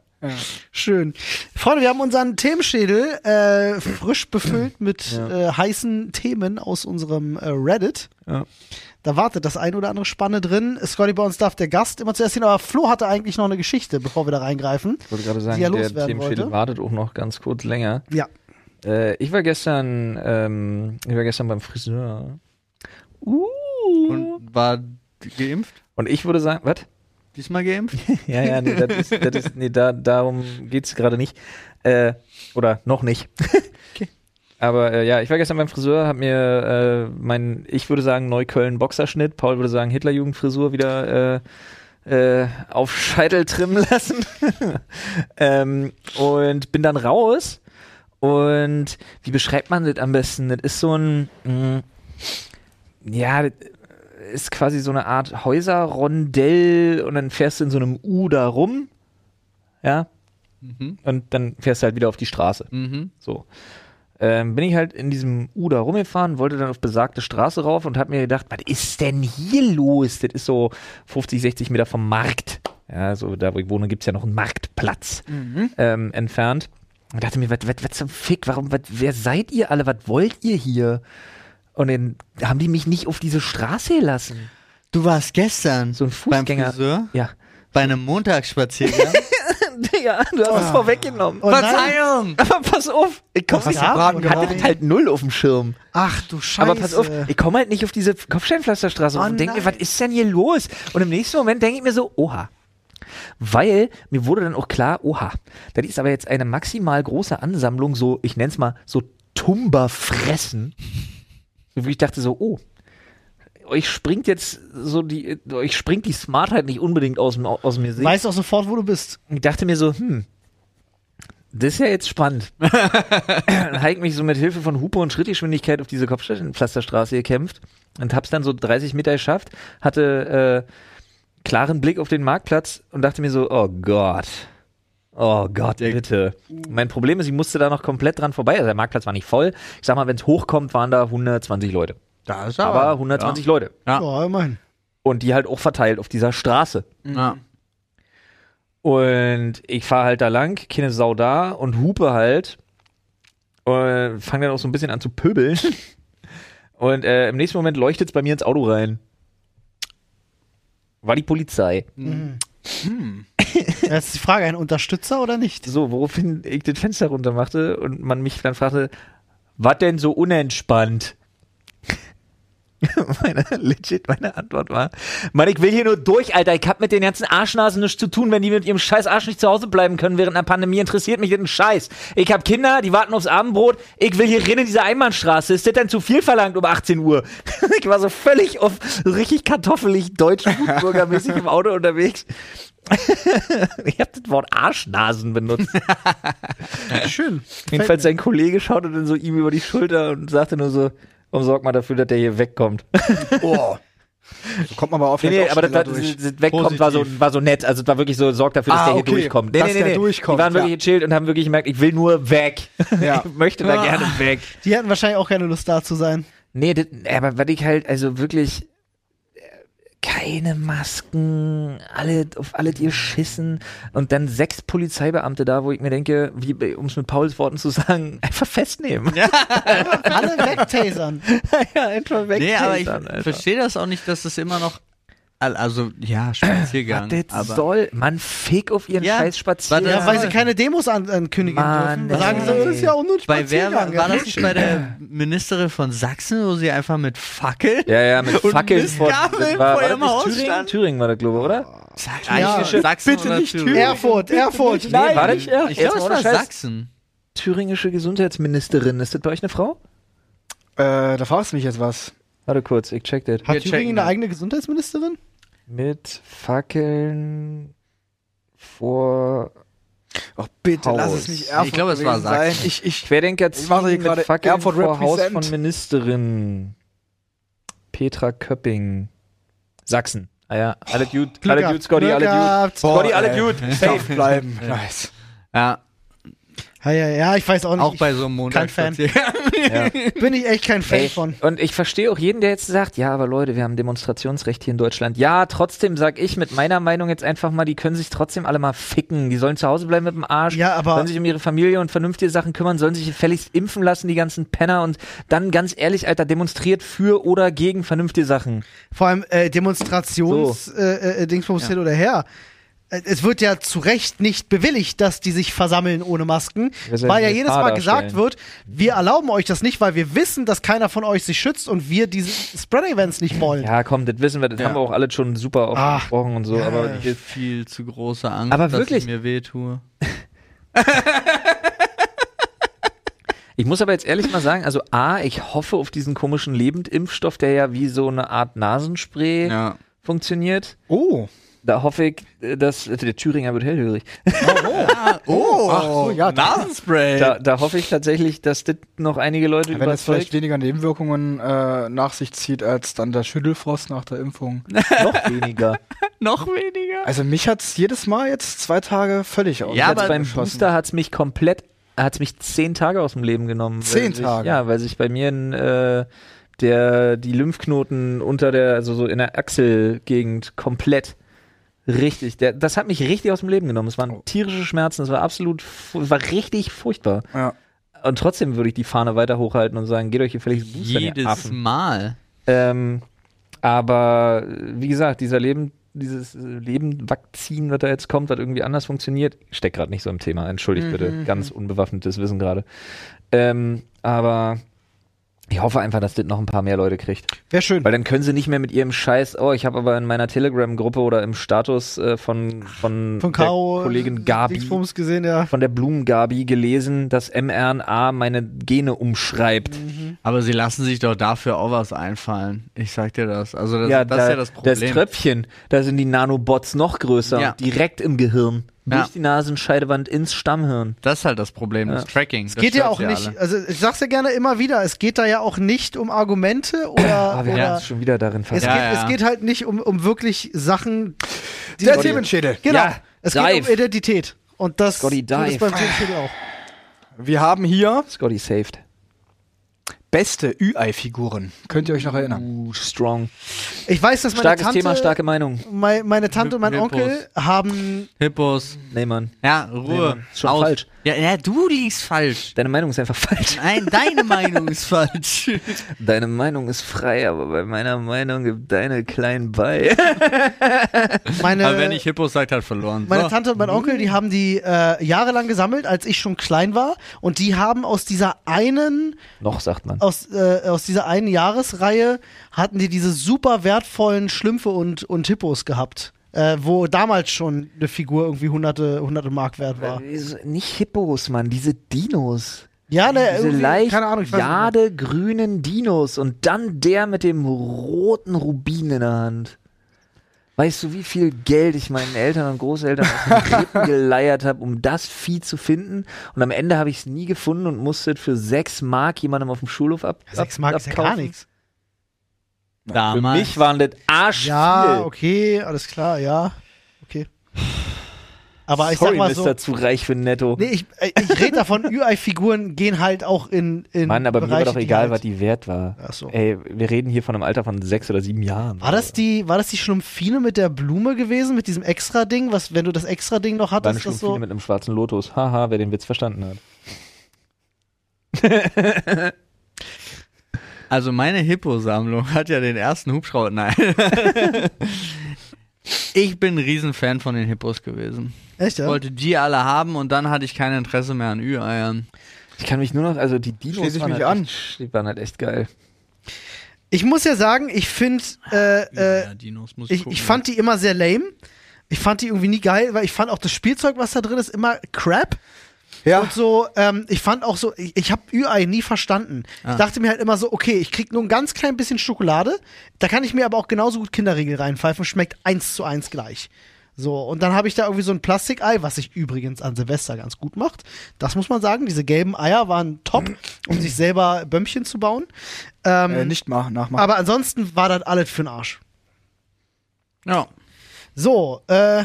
S1: Schön. Freunde, wir haben unseren Themenschädel äh, frisch befüllt mit äh, heißen Themen aus unserem äh, Reddit.
S3: Ja.
S1: Da wartet das ein oder andere Spanne drin. Scotty bei uns darf der Gast immer zuerst hin, aber Flo hatte eigentlich noch eine Geschichte, bevor wir da reingreifen.
S3: Ich wollte gerade
S1: Die er
S3: sagen, der
S1: loswerden
S3: Themenschädel
S1: wollte.
S3: wartet auch noch ganz kurz länger.
S1: Ja.
S3: Äh, ich war gestern, ähm, ich war gestern beim Friseur. Uh. Hm.
S2: Und war geimpft?
S3: Und ich würde sagen, was?
S2: Diesmal geimpft?
S3: [laughs] Ja, ja, nee, das ist, das ist, nee da, darum geht's gerade nicht. Äh, oder noch nicht. [laughs] Aber äh, ja, ich war gestern beim Friseur, hab mir äh, mein, ich würde sagen, Neukölln-Boxerschnitt, Paul würde sagen, Hitlerjugendfrisur wieder äh, äh, auf Scheitel trimmen lassen. [laughs] ähm, und bin dann raus. Und wie beschreibt man das am besten? Das ist so ein, mh, ja, das ist quasi so eine Art Häuserrondell und dann fährst du in so einem U da rum. Ja. Und dann fährst du halt wieder auf die Straße.
S2: Mhm.
S3: So. Ähm, bin ich halt in diesem U da rumgefahren, wollte dann auf besagte Straße rauf und habe mir gedacht, was ist denn hier los? Das ist so 50, 60 Meter vom Markt. Ja, so da, wo ich wohne, gibt's ja noch einen Marktplatz ähm, entfernt. Und dachte mir, was was- was zum Fick, warum, was- wer seid ihr alle, was wollt ihr hier? Und dann haben die mich nicht auf diese Straße gelassen.
S2: Du warst gestern
S3: So ein Fußgänger.
S2: beim Friseur
S3: [laughs] Ja.
S2: bei einem Montagsspaziergang.
S3: [laughs] Digga, du hast es vorweggenommen.
S1: Oh nein.
S2: Verzeihung!
S3: Aber pass auf, Ah. ich komme
S1: Was
S3: nicht.
S1: hast du braten
S3: Ich hatte
S1: gemacht?
S3: das halt null auf dem Schirm.
S1: Ach du Scheiße.
S3: Aber pass auf, ich komme halt nicht auf diese Kopfsteinpflasterstraße
S1: Oh
S3: und denke mir,
S1: nein.
S3: was ist denn hier los? Und im nächsten Moment denke ich mir so, oha. Weil mir wurde dann auch klar, oha, das ist aber jetzt eine maximal große Ansammlung, so, ich nenne es mal, so Tumberfressen. Wo ich dachte so, oh, euch springt jetzt so die, euch springt die Smartheit nicht unbedingt aus, dem- aus mir sehen.
S1: Weißt auch sofort, wo du bist.
S3: Ich dachte mir so, hm, das ist ja jetzt spannend. Dann habe ich mich so mit Hilfe von Hupe und Schrittgeschwindigkeit auf diese Kopfpflasterstraße gekämpft und hab's dann so 30 Meter geschafft, hatte äh, klaren Blick auf den Marktplatz und dachte mir so, oh Gott. Oh Gott, bitte. Mein Problem ist, ich musste da noch komplett dran vorbei. Also der Marktplatz war nicht voll. Ich sag mal, wenn es hochkommt, waren da 120 Leute.
S2: Da ist
S3: Aber 120 Leute.
S2: Ja.
S1: Ja, immerhin.
S3: Und die halt auch verteilt auf dieser Straße.
S2: Ja.
S3: Und ich fahre halt da lang, keine Sau da äh, und hupe halt. Und fange dann auch so ein bisschen an zu pöbeln. [laughs] Und äh, im nächsten Moment leuchtet es bei mir ins Auto rein. War die Polizei.
S1: Jetzt ist die Frage, ein Unterstützer oder nicht?
S3: So, woraufhin ich das Fenster runter machte und man mich dann fragte, was denn so unentspannt? [laughs] meine, legit, meine Antwort war, Mann, ich will hier nur durch, Alter. Ich hab mit den ganzen Arschnasen nichts zu tun. Wenn die mit ihrem scheiß Arsch nicht zu Hause bleiben können während einer Pandemie, interessiert mich das ein Scheiß. Ich hab Kinder, die warten aufs Abendbrot. Ich will hier rein in diese Einbahnstraße. Ist das denn zu viel verlangt um 18 Uhr? [laughs] ich war so völlig auf, so richtig kartoffelig, deutsch, gutbürgermäßig im Auto unterwegs. ich hab das Wort Arschnasen benutzt.
S1: Schön.
S3: Jedenfalls sein Kollege schaute dann so ihm über die Schulter und sagte nur so, warum sorgt man dafür, dass der hier wegkommt?
S4: Oh. So kommt man aber auf
S3: Nee, nee,
S4: auch
S3: aber das,
S4: schneller
S3: das,
S4: durch.
S3: das wegkommt war so, war so nett. Also es war wirklich so, sorgt dafür, dass
S4: Ah,
S3: der hier
S4: okay.
S3: durchkommt. Nee,
S4: Dass
S3: nee, nee,
S4: der
S3: nee.
S4: durchkommt,
S3: Die waren wirklich
S4: ja.
S3: gechillt und haben wirklich gemerkt, ich will nur weg. [laughs]
S4: Ja. Ah.
S3: Ich möchte da gerne weg.
S1: Die hatten wahrscheinlich auch keine Lust da zu sein.
S3: Nee, das, aber was ich halt, also wirklich, äh, keine Masken, alle, auf alle ihr Schissen und dann sechs Polizeibeamte da, wo ich mir denke, wie, um es mit Pauls Worten zu sagen, [laughs] einfach festnehmen. [laughs] Ja,
S1: [laughs] Alle wegtasern.
S3: einfach weg.
S2: Nee, aber ich verstehe das auch nicht, dass das immer noch. al- Also, ja, Spaziergang.
S3: Was das
S2: aber
S3: soll. Man fick auf ihren
S2: Ja,
S3: scheiß Spaziergang.
S2: war
S1: Ja, weil sie keine Demos an, ankündigen
S3: Mann,
S1: dürfen. Sagen
S3: ey.
S1: sie, das ist ja auch nur ein
S2: bei wer war
S1: Spaziergang. ja.
S2: das nicht bei der Ministerin von Sachsen, wo sie einfach mit Fackeln?
S3: Ja, ja, mit
S2: Und
S3: Fackeln vor,
S2: Mistgabeln
S3: war,
S2: vor
S3: war das
S2: ihrem
S3: nicht
S2: Haus
S3: Thüringen?
S2: stand?
S3: Thüringen war das, glaube ich, oder?
S2: Eigentlich Sachsen
S4: Bitte
S2: oder
S4: nicht
S2: Thüringen?
S4: Thüringen.
S1: Erfurt, Erfurt.
S3: Nein, war das? Ja,
S2: Ich
S3: jetzt
S2: glaube, es war
S3: mal ohne Scheiß.
S2: Sachsen.
S3: Thüringische Gesundheitsministerin. Ist das bei euch eine Frau?
S4: Äh, da fragst du mich jetzt was.
S3: Warte kurz, ich check das.
S1: Hat
S2: Wir
S1: Thüringen
S2: checken
S1: eine
S2: das.
S1: eigene Gesundheitsministerin?
S3: Mit Fackeln vor
S4: Ach, Oh, bitte, lass
S3: Haus.
S4: es nicht Erfurt
S2: Ich glaube, es war
S4: gewesen sein.
S2: Sachsen.
S4: Ich, ich,
S3: Querdenker
S4: Ich mache hier
S3: ziehen
S4: gerade
S3: mit Fackeln
S4: Erfurt
S3: vor Haus
S4: represent.
S3: von Ministerin. Petra Köpping. Sachsen. Ah ja, alle gut, alle
S1: gehabt.
S3: gut, Scotty,
S1: Glück
S3: alle gut.
S1: gehabt.
S3: Scotty,
S4: Boah,
S3: alle
S4: ey.
S3: gut.
S4: darf
S3: Safe.
S4: bleiben. Nice.
S2: Ja,
S1: Ja, ja, ja, ich weiß auch nicht.
S2: auch bei so einem
S1: kein
S2: Montag.
S1: Fan. Bin ich echt kein Fan
S3: Ey,
S1: von.
S3: Und ich verstehe auch jeden, der jetzt sagt, ja, aber Leute, wir haben Demonstrationsrecht hier in Deutschland. Ja, trotzdem sag ich mit meiner Meinung jetzt einfach mal, die können sich trotzdem alle mal ficken. Die sollen zu Hause bleiben mit dem Arsch,
S1: Ja, aber-
S3: sollen sich um ihre Familie und vernünftige Sachen kümmern, sollen sich gefälligst impfen lassen, die ganzen Penner und dann ganz ehrlich, Alter, demonstriert für oder gegen vernünftige Sachen.
S1: Vor allem äh, Demonstrations äh, äh, Dingsbums hin oder her. Äh, Es wird ja zu Recht nicht bewilligt, dass die sich versammeln ohne Masken,
S3: Wir sollen
S1: weil ja
S3: die
S1: jedes
S3: Gefahr
S1: Mal gesagt
S3: darstellen.
S1: wird, wir erlauben euch das nicht, weil wir wissen, dass keiner von euch sich schützt und wir diese Spread-Events nicht wollen.
S3: Ja, komm, das wissen wir, das
S2: Ja.
S3: haben wir auch alle schon super oft
S1: Ah.
S3: besprochen und so, aber
S2: Ich hab viel zu große Angst,
S3: Äh, Aber
S2: dass
S3: wirklich-
S2: ich mir wehtue.
S3: Ich muss aber jetzt ehrlich mal sagen, also A, ich hoffe auf diesen komischen Lebendimpfstoff, der ja wie so eine Art Nasenspray
S2: Ja.
S3: funktioniert.
S4: Oh.
S3: Da hoffe ich, äh, dass äh, der Thüringer wird hellhörig.
S2: Oh,
S4: Ach so, ja, da-
S2: Nasenspray.
S3: Da, da hoffe ich tatsächlich, dass das noch einige Leute
S4: Äh. Wenn das vielleicht
S3: überzeugt.
S4: weniger Nebenwirkungen äh, nach sich zieht als dann der Schüttelfrost nach der Impfung.
S3: Noch weniger.
S2: Noch weniger.
S4: Also mich hat's jedes Mal jetzt zwei Tage völlig aus.
S2: Ja,
S3: Jetzt
S2: aber-
S3: [laughs] beim
S4: geschossen.
S3: Booster hat's mich komplett, hat's mich zehn Tage aus dem Leben genommen. weil
S4: Zehn
S3: sich,
S4: Tage?
S3: Ja, weil sich bei mir ein, äh, der, die Lymphknoten unter der, also so in der Achselgegend komplett richtig, der, das hat mich richtig aus dem Leben genommen. Es
S4: Oh.
S3: waren tierische Schmerzen, es war absolut, fu- es war richtig furchtbar.
S4: Ja.
S3: Und trotzdem würde ich die Fahne weiter hochhalten und sagen, geht euch hier vielleicht Booster, ihr
S2: Jedes
S3: Affen.
S2: Mal.
S3: Ähm, aber äh, wie gesagt, dieser Leben, dieses äh, Leben-Vakzin, was da jetzt kommt, was irgendwie anders funktioniert, ich steck gerade nicht so im Thema. Entschuldigt
S1: Mhm,
S3: bitte, ganz unbewaffnetes Wissen gerade. Ähm, aber ich hoffe einfach, dass das noch ein paar mehr Leute kriegt.
S1: Wäre schön.
S3: Weil dann können sie nicht mehr mit ihrem Scheiß, oh, ich habe aber in meiner Telegram-Gruppe oder im Status äh, von, von,
S1: Von
S3: der
S1: Caro,
S3: Kollegin Gabi
S1: Dingsbums gesehen, ja.
S3: von der Blumengabi gelesen, dass mRNA meine Gene umschreibt.
S2: Aber sie lassen sich doch dafür auch was einfallen. Ich sag dir das. Also das, das ist ja das Problem.
S3: Tröpfchen, da sind die Nanobots noch größer,
S2: Ja.
S3: und direkt im Gehirn, durch
S2: Ja.
S3: die Nasenscheidewand ins Stammhirn.
S2: das ist halt das Problem, das Tracking.
S1: Es geht ja auch nicht, also ich sag's ja gerne immer wieder, es geht da ja auch nicht um Argumente oder,
S3: Ah, wir haben
S1: oder
S3: uns schon wieder darin
S1: es,
S3: verraten.
S2: Ja,
S1: geht,
S2: ja.
S1: es geht halt nicht um, um wirklich Sachen, die
S4: Der Themenschädel.
S1: Genau.
S3: Ja,
S1: es geht
S3: dive.
S1: um Identität. Und das
S3: Scotty,
S1: tut es
S3: dive.
S1: beim Themenschädel auch.
S4: Wir haben hier
S3: Scotty saved.
S4: beste Ü-Ei-Figuren. Könnt ihr euch noch erinnern?
S3: Uh, strong.
S1: Ich weiß, dass meine
S3: Starkes
S1: Tante,
S3: Thema, starke Meinung.
S1: mei- meine Tante und mein
S2: Hippos.
S1: Onkel haben
S2: Hippos.
S3: Nee, Mann.
S2: Ja, Ruhe.
S3: Mann, ist schon
S2: Aus.
S3: falsch.
S2: Ja, ja, du liegst falsch.
S3: Deine Meinung ist einfach [laughs] falsch.
S2: Nein, deine Meinung ist falsch.
S3: Deine Meinung ist frei, aber bei meiner Meinung gibt deine klein bei.
S1: meine
S2: Aber wenn ich Oh. Hippos sagt, hat verloren.
S1: Meine
S2: So.
S1: Tante und mein Onkel, die haben die äh, jahrelang gesammelt, als ich schon klein war. Und die haben aus dieser einen,
S3: Noch sagt man.
S1: aus, äh, aus dieser einen Jahresreihe, hatten die diese super wertvollen Schlümpfe und, und Hippos gehabt. Äh, wo damals schon eine Figur irgendwie hunderte, hunderte Mark wert war.
S3: Wieso- Äh, Nicht Hippos, Mann, diese Dinos.
S1: Ja, ne,
S3: Diese
S1: irgendwie,
S3: leicht
S1: keine Ahnung, ich weiß nicht mehr.
S3: jadegrünen Dinos und dann der mit dem roten Rubin in der Hand. Weißt du, wie viel Geld ich meinen Eltern und Großeltern aus den Rippen geleiert habe, um das Vieh zu finden? Und am Ende habe ich es nie gefunden und musste für sechs Mark jemandem auf dem Schulhof ab
S1: Sechs
S3: ab-
S1: Mark ist ja gar
S3: abkaufen.
S1: nichts.
S3: Für
S2: Damals.
S3: mich waren das Arsch
S1: Ja,
S3: viel.
S1: okay, alles klar, ja. Okay. Aber ich
S3: Sorry,
S1: sag mal
S3: Mister,
S1: so.
S3: zu reich für netto.
S1: Nee, ich, äh, ich rede
S3: [laughs]
S1: davon, UI-Figuren gehen halt auch in. in
S3: Mann, aber mir war
S1: Bereiche,
S3: doch egal,
S1: halt
S3: was die wert war.
S1: Ach so.
S3: Ey, wir reden hier von einem Alter von sechs oder sieben Jahren.
S1: War das die, war das die Schlumpfine mit der Blume gewesen, mit diesem extra Ding? Was, wenn du das extra Ding noch
S3: War eine
S1: hattest, das
S3: Schlumpfine
S1: so.
S3: mit einem schwarzen Lotus. Haha, wer den Witz verstanden hat.
S2: Also meine Hippo-Sammlung [laughs] hat ja den ersten
S1: [laughs]
S2: Hubschrauber. Nein. ich bin ein Riesenfan von den Hippos gewesen.
S1: Echt,
S2: Ich
S1: ja?
S2: wollte die alle haben und dann hatte ich kein Interesse mehr an Ü-Eiern.
S3: Ich kann mich nur noch, also die Dinos
S4: Schließe ich
S3: waren,
S4: mich
S3: halt
S4: an.
S3: Echt, die waren halt echt geil.
S1: Ich muss ja sagen, ich finde, äh, äh,
S2: Ah, Ja, Dinos muss
S1: ich,
S2: gucken.
S1: ich fand die immer sehr lame. Ich fand die irgendwie nie geil, weil ich fand auch das Spielzeug, was da drin ist, immer crap.
S4: Ja.
S1: Und so, ähm, ich fand auch so, ich, ich habe UI nie verstanden.
S2: Ah.
S1: Ich dachte mir halt immer so, okay, ich krieg nur ein ganz klein bisschen Schokolade, da kann ich mir aber auch genauso gut Kinderriegel reinpfeifen, schmeckt eins zu eins gleich. So, und dann habe ich da irgendwie so ein Plastikei, was sich übrigens an Silvester ganz gut macht. Das muss man sagen, diese gelben Eier waren top,
S2: Mhm.
S1: um sich selber Bömmchen zu bauen. Ähm,
S4: Äh, nicht machen, nachmachen.
S1: aber ansonsten war das alles für'n Arsch.
S2: Ja.
S1: So, äh,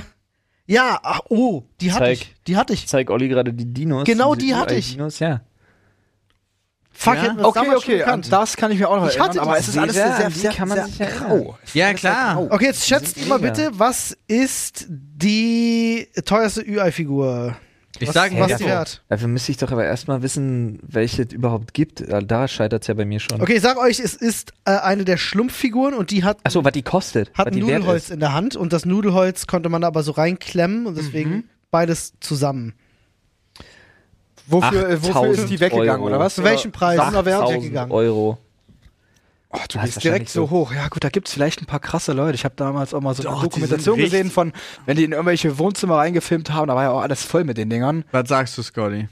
S1: ja, ach, oh, die hatte
S3: Zeig.
S1: ich. Die hatte ich.
S3: Ich zeig Olli gerade die Dinos.
S1: Genau
S3: diese
S1: die hatte ich.
S3: Dinos, ja.
S1: Fuck,
S2: Ja?
S1: hätten wir's
S4: Okay,
S1: damals schon
S4: okay, an
S1: gekannt.
S4: das kann ich mir auch noch
S1: Ich
S4: erinnern,
S1: hatte
S4: aber
S1: die
S4: es ist alles
S3: Serie,
S4: sehr,
S3: an
S4: sehr,
S3: die
S4: sehr,
S3: kann man sich
S4: sehr
S3: erinnern.
S4: grau. Es ist
S2: Ja,
S4: alles sehr
S2: klar.
S4: grau.
S1: Okay, jetzt schätzt
S3: sind
S1: ihr mal
S3: mega.
S1: bitte, was ist die teuerste UI-Figur?
S2: Ich
S1: Was-
S2: sag
S1: was
S2: mal
S1: die
S2: so.
S1: wert?
S3: Dafür müsste ich doch aber erstmal wissen, welche es überhaupt gibt. Da scheitert es ja bei mir schon.
S1: Okay, ich sag euch, es ist äh, eine der Schlumpffiguren und die hat,
S3: Achso, was die kostet.
S1: hat
S3: was
S1: ein
S3: die wert
S1: Nudelholz
S3: ist.
S1: in der Hand und das Nudelholz konnte man aber so reinklemmen und deswegen
S4: Mhm.
S1: beides zusammen.
S4: Wofür, äh, wofür ist
S3: 8000
S4: die weggegangen,
S3: Euro.
S4: oder was?
S1: Zu welchem Preis?
S4: Sammlerwert?
S1: Tausend.
S3: 1000
S1: weggegangen.
S3: Euro.
S4: Oh, du
S3: Das ist
S4: gehst direkt
S3: wahrscheinlich
S4: so
S3: so.
S4: hoch. Ja gut, da gibt es vielleicht ein paar krasse Leute. Ich habe damals auch mal so
S2: Doch,
S4: eine
S2: die
S4: Dokumentation
S2: sind richtig-
S4: gesehen von, wenn die in irgendwelche Wohnzimmer reingefilmt haben, da war ja auch alles voll mit den Dingern.
S2: Was sagst du, Scotty?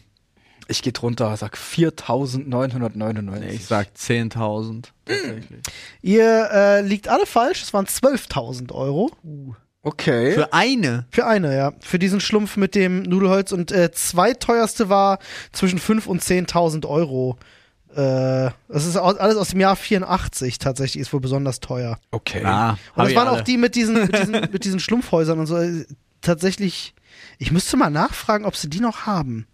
S4: Ich gehe drunter, sag 4.999.
S2: Nee, ich sag 10.000. Tatsächlich.
S1: Ihr äh, liegt alle falsch, es waren 12.000 Euro.
S4: okay.
S2: Für eine?
S1: Für eine, ja. Für diesen Schlumpf mit dem Nudelholz. Und äh, zweiteuerste war zwischen 5.000 und 10.000 Euro. Äh, das ist au- alles aus dem Jahr 84 tatsächlich, ist wohl besonders teuer.
S4: okay.
S2: Ah,
S1: Und
S2: hab
S1: das
S2: ich
S1: waren
S2: alle.
S1: auch die mit diesen, mit diesen, mit diesen Schlumpfhäusern und so. Äh, Tatsächlich, ich müsste mal nachfragen, ob sie die noch haben.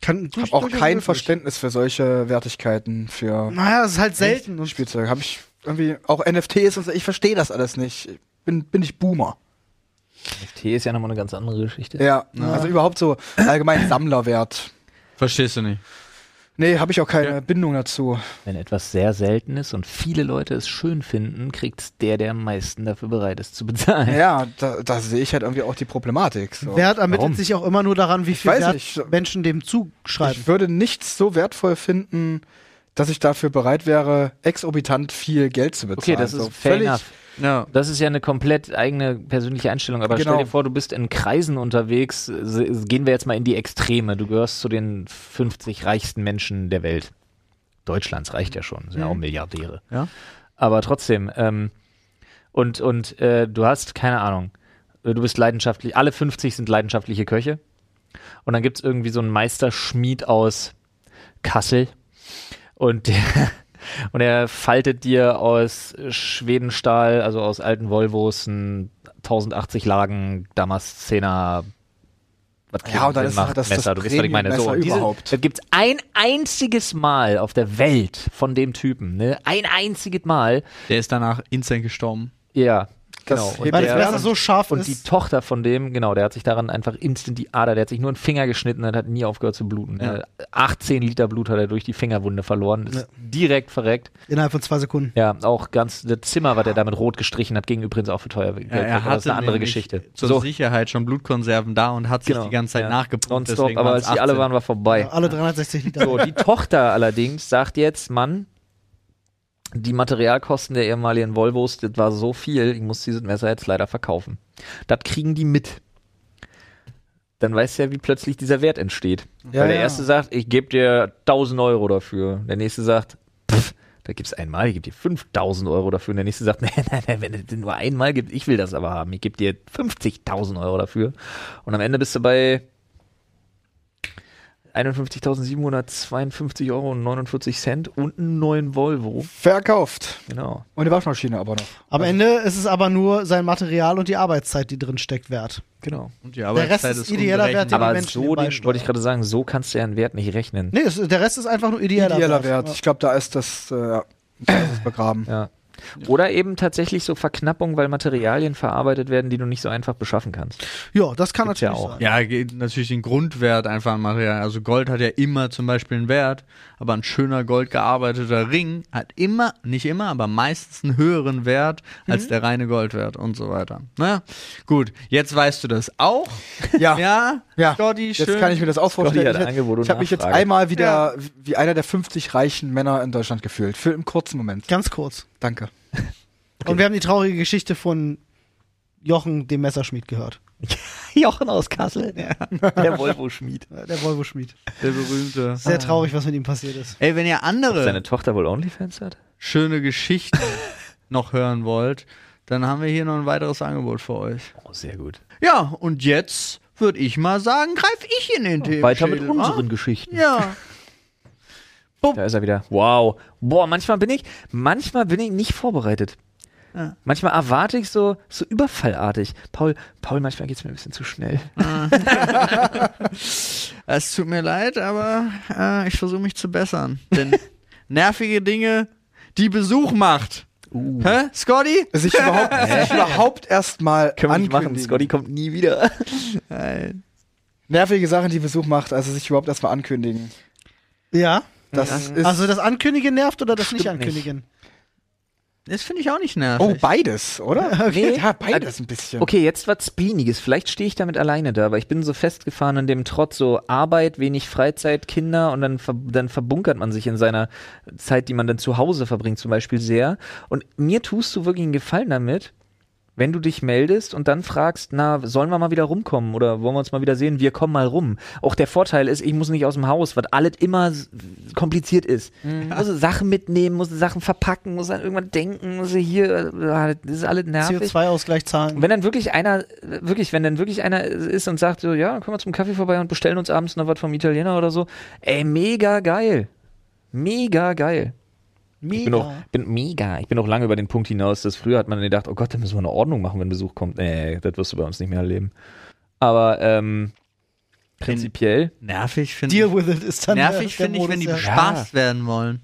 S1: Kann,
S4: Ich
S1: durch-
S4: habe auch
S1: durchaus
S4: kein
S1: möglich.
S4: Verständnis für solche Wertigkeiten, für
S1: Naja, es ist halt selten. Und
S4: Spielzeug. Habe ich irgendwie auch NFTs und so. Ich verstehe das alles nicht. Ich Bin, bin ich Boomer.
S3: NFT ist ja nochmal eine ganz andere Geschichte.
S4: Ja, also überhaupt so allgemein Sammlerwert.
S2: Verstehst du nicht.
S4: Nee, habe ich auch keine Bindung dazu.
S3: Wenn etwas sehr selten ist und viele Leute es schön finden, kriegt es der, der am meisten dafür bereit ist zu bezahlen.
S4: Ja, da, da sehe ich halt irgendwie auch die Problematik. So.
S1: Wert ermittelt
S3: Warum?
S1: sich auch immer nur daran, wie viel
S4: weiß
S1: Wert
S4: nicht.
S1: Menschen dem zuschreiben.
S4: Ich würde nichts so wertvoll finden, dass ich dafür bereit wäre, exorbitant viel Geld zu bezahlen.
S3: Okay, das
S4: so
S3: ist fair
S4: völlig-
S3: enough.
S2: Ja.
S3: Das ist ja eine komplett eigene persönliche Einstellung. Aber
S4: Genau.
S3: stell dir vor, du bist in Kreisen unterwegs. Se- Gehen wir jetzt mal in die Extreme. Du gehörst zu den 50 reichsten Menschen der Welt. Deutschlands reicht ja schon. Sind ja auch Milliardäre.
S2: Ja.
S3: Aber trotzdem. Ähm, und und äh, du hast, keine Ahnung, äh, du bist leidenschaftlich. Alle 50 sind leidenschaftliche Köche. Und dann gibt es irgendwie so einen Meisterschmied aus Kassel. Und der, [laughs] und er faltet dir aus Schwedenstahl, also aus alten Volvos, ein 1080 Lagen Damaszener. Was
S4: Ja, und dann ist das- das- das
S3: Messer, du weißt, was ich meine. So,
S4: Premium-Messer
S3: und diese,
S4: überhaupt.
S3: das gibt es ein einziges Mal auf der Welt von dem Typen. Ne? Ein einziges Mal.
S2: Der ist danach instant gestorben.
S3: Ja.
S4: Das
S2: Genau.
S4: hebt
S1: Weil
S4: er
S1: das Messer
S4: an.
S1: so scharf
S3: Und die
S1: ist.
S3: Tochter von dem, genau, der hat sich daran einfach instant die Ader, der hat sich nur einen Finger geschnitten und hat nie aufgehört zu bluten.
S2: Ja.
S3: Äh, 18 Liter Blut hat er durch die Fingerwunde verloren, ist
S1: Ja.
S3: direkt verreckt.
S1: innerhalb von zwei Sekunden.
S3: Ja, auch ganz das Zimmer, was er damit rot gestrichen hat, ging übrigens auch für teuer Geld.
S2: Ja,
S3: weg, aber das ist eine andere
S2: nämlich
S3: Geschichte.
S2: Zur Sicherheit schon Blutkonserven da und hat sich
S1: Genau.
S2: die ganze Zeit
S3: ja.
S2: nachgepumpt.
S3: Nonstop,
S2: deswegen
S3: aber
S2: waren's
S3: als die alle
S2: 18.
S3: waren, war vorbei.
S1: Ja, alle 360 Liter.
S3: So, die Tochter allerdings sagt jetzt, Mann, die Materialkosten der ehemaligen Volvos, das war so viel, ich muss dieses Messer jetzt leider verkaufen. Das kriegen die mit. Dann weißt du ja, wie plötzlich dieser Wert entsteht.
S1: Ja,
S3: Weil der
S1: ja.
S3: erste sagt, ich gebe dir 1000 Euro dafür. Der nächste sagt, pff, da gibt's einmal, ich gebe dir 5000 Euro dafür. Und der nächste sagt, [laughs] nein, nein, nein, wenn es nur einmal gibt, ich will das aber haben. Ich gebe dir 50.000 Euro dafür. Und am Ende bist du bei 51.752,49 Euro und einen neuen Volvo.
S4: Verkauft.
S3: Genau.
S4: Und die Waschmaschine aber noch.
S1: Am Ende ist es aber nur sein Material und die Arbeitszeit, die drin steckt, wert.
S3: genau.
S2: Und die Arbeitszeit
S1: Rest ist ideeller Wert, den
S2: unberechenbar.
S1: die
S3: Aber
S1: Menschen
S3: so,
S1: nebenbei
S3: den,
S1: steuern.
S3: wollte ich gerade sagen, so kannst du ja einen Wert nicht rechnen.
S1: Nee, es, der Rest ist einfach nur ideeller,
S4: Idealer Wert. Ich glaube, da ist das, äh, ja, da ist das begraben.
S3: Ja. Oder eben tatsächlich so Verknappung, weil Materialien verarbeitet werden, die du nicht so einfach beschaffen kannst.
S1: [laughs] Ja, das kann
S3: Gibt's ja
S1: natürlich
S3: auch.
S1: sein.
S2: Ja, geht natürlich den Grundwert einfach an Material. Also Gold hat ja immer zum Beispiel einen Wert, aber ein schöner goldgearbeiteter Ring hat immer, nicht immer, aber meistens einen höheren Wert
S3: Mhm.
S2: als der reine Goldwert und so weiter. Na, gut, jetzt weißt du das auch.
S4: [laughs] Ja.
S2: ja,
S4: Ja,
S2: Gotti,
S4: jetzt
S2: schön.
S4: kann ich mir das auch vorstellen.
S3: hat
S4: Ich,
S3: Angebot
S4: hätt-
S3: und
S4: ich habe mich jetzt
S3: Nachfrage.
S4: einmal wieder wie einer der 50 reichen Männer in Deutschland gefühlt. Für einen kurzen Moment.
S1: Ganz kurz.
S4: Danke.
S1: Und wir haben die traurige Geschichte von Jochen, dem Messerschmied, gehört.
S3: Jochen aus Kassel, der Volvo-Schmied.
S1: Äh, Der Volvo-Schmied.
S2: der berühmte.
S1: Sehr traurig, was mit ihm passiert ist.
S2: Ey, wenn ihr andere
S3: Seine Tochter wohl Onlyfans hat?
S2: schöne
S3: [laughs]
S2: Geschichten noch hören wollt, dann haben wir hier noch ein weiteres Angebot für euch.
S3: Oh, sehr gut.
S2: Ja, und jetzt würde ich mal sagen, greife ich in den Themen.
S3: Weiter mit unseren Geschichten.
S2: Ja.
S3: Da ist er wieder. Wow. Boah, manchmal bin ich, manchmal bin ich nicht vorbereitet.
S2: Ja.
S3: Manchmal erwarte ich so, so überfallartig. Paul, Paul, manchmal geht's mir ein bisschen zu schnell.
S2: [laughs]
S3: [laughs]
S2: Es tut mir leid, aber äh, ich versuche mich zu bessern. [laughs] Denn nervige Dinge, die Besuch macht. Hä, Scotty?
S4: Sich überhaupt,
S3: [laughs]
S4: sich überhaupt erstmal
S3: Können wir nicht machen.
S4: ankündigen.
S3: Scotty kommt nie wieder.
S4: Nervige Sachen, die Besuch macht, also sich überhaupt erstmal ankündigen.
S1: Ja?
S4: Das ist.
S1: Also das Ankündigen nervt oder das
S3: Stimmt
S1: Nicht-Ankündigen?
S2: Das finde ich auch nicht
S4: oh,
S2: nervig.
S4: beides, [laughs] oder?
S3: Nee.
S4: Ja, beides ein bisschen.
S3: Okay, jetzt was Spiniges. Vielleicht stehe ich damit alleine da, aber ich bin so festgefahren in dem Trotz, so Arbeit, wenig Freizeit, Kinder und dann, ver dann verbunkert man sich in seiner Zeit, die man dann zu Hause verbringt, zum Beispiel sehr. Und mir tust du wirklich einen Gefallen damit, wenn du dich meldest und dann fragst, na, sollen wir mal wieder rumkommen oder wollen wir uns mal wieder sehen? Wir kommen mal rum. Auch der Vorteil ist, ich muss nicht aus dem Haus, was alles immer s- kompliziert ist. Muss Sachen mitnehmen, muss Sachen verpacken, muss an irgendwann denken, muss hier, äh, das ist alles nervig.
S1: CO2-Ausgleich
S3: Und
S1: zahlen.
S3: wenn dann wirklich einer, äh, wirklich, wenn dann wirklich einer ist und sagt, so, ja, kommen wir zum Kaffee vorbei und bestellen uns abends noch was vom Italiener oder so, ey, mega geil. Mega geil. Ich bin auch, bin mega. Ich bin auch lange über den Punkt hinaus, dass früher hat man dann gedacht, oh Gott, da müssen wir eine Ordnung machen, wenn Besuch kommt. Nee, das wirst du bei uns nicht mehr erleben. Aber ähm, prinzipiell,
S2: nervig finde ich.
S1: Deal with it ist dann
S2: Nervig
S1: der- der
S2: finde ich, wenn die
S1: Modus, ja.
S2: bespaßt werden wollen.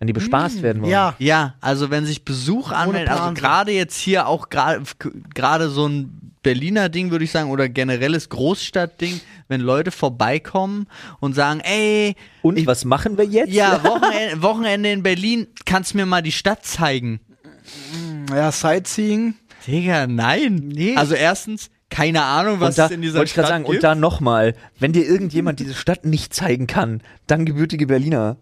S3: wenn die bespaßt werden wollen.
S1: Ja,
S2: Hm. Ja, also wenn sich Besuch anmeldet, also
S1: Plan.
S2: gerade jetzt hier auch gra- k- gerade so ein Berliner Ding, würde ich sagen, oder generelles Großstadtding, wenn Leute vorbeikommen und sagen, ey,
S3: Und was machen wir
S2: [laughs]
S3: jetzt?
S2: ja, Wochenende, Wochenende in Berlin, kannst mir mal die Stadt zeigen?
S4: Ja, Sightseeing.
S2: Digga, nein.
S1: Nee.
S2: Also erstens, keine Ahnung, was
S3: und da,
S2: es in dieser
S3: wollte ich
S2: Stadt
S3: gerade sagen,
S2: gibt.
S3: und da nochmal, wenn dir irgendjemand diese Stadt nicht zeigen kann, dann gebürtige Berliner.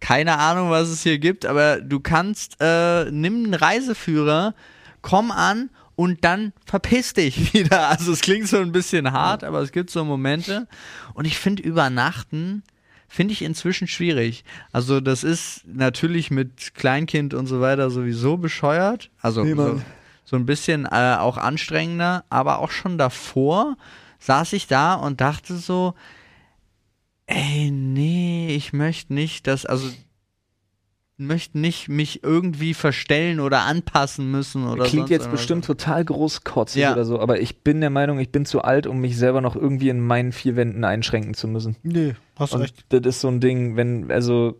S2: keine Ahnung, was es hier gibt, aber du kannst, äh, nimm einen Reiseführer, komm an und dann verpiss dich [laughs] wieder. Also es klingt so ein bisschen hart, aber es gibt so Momente. Und ich finde übernachten, finde ich inzwischen schwierig. Also das ist natürlich mit Kleinkind und so weiter sowieso bescheuert. Also so, so ein bisschen äh, auch anstrengender, aber auch schon davor saß ich da und dachte so, Ey, nee, ich möchte nicht, dass, also möchte nicht mich irgendwie verstellen oder anpassen müssen oder
S3: Klingt
S2: sonst
S3: jetzt
S2: irgendwas.
S3: bestimmt total großkotzig
S2: Ja.
S3: oder so, aber ich bin der Meinung, ich bin zu alt, um mich selber noch irgendwie in meinen vier Wänden einschränken zu müssen.
S1: nee, hast
S3: Und
S1: recht.
S3: das ist so ein Ding, wenn, also,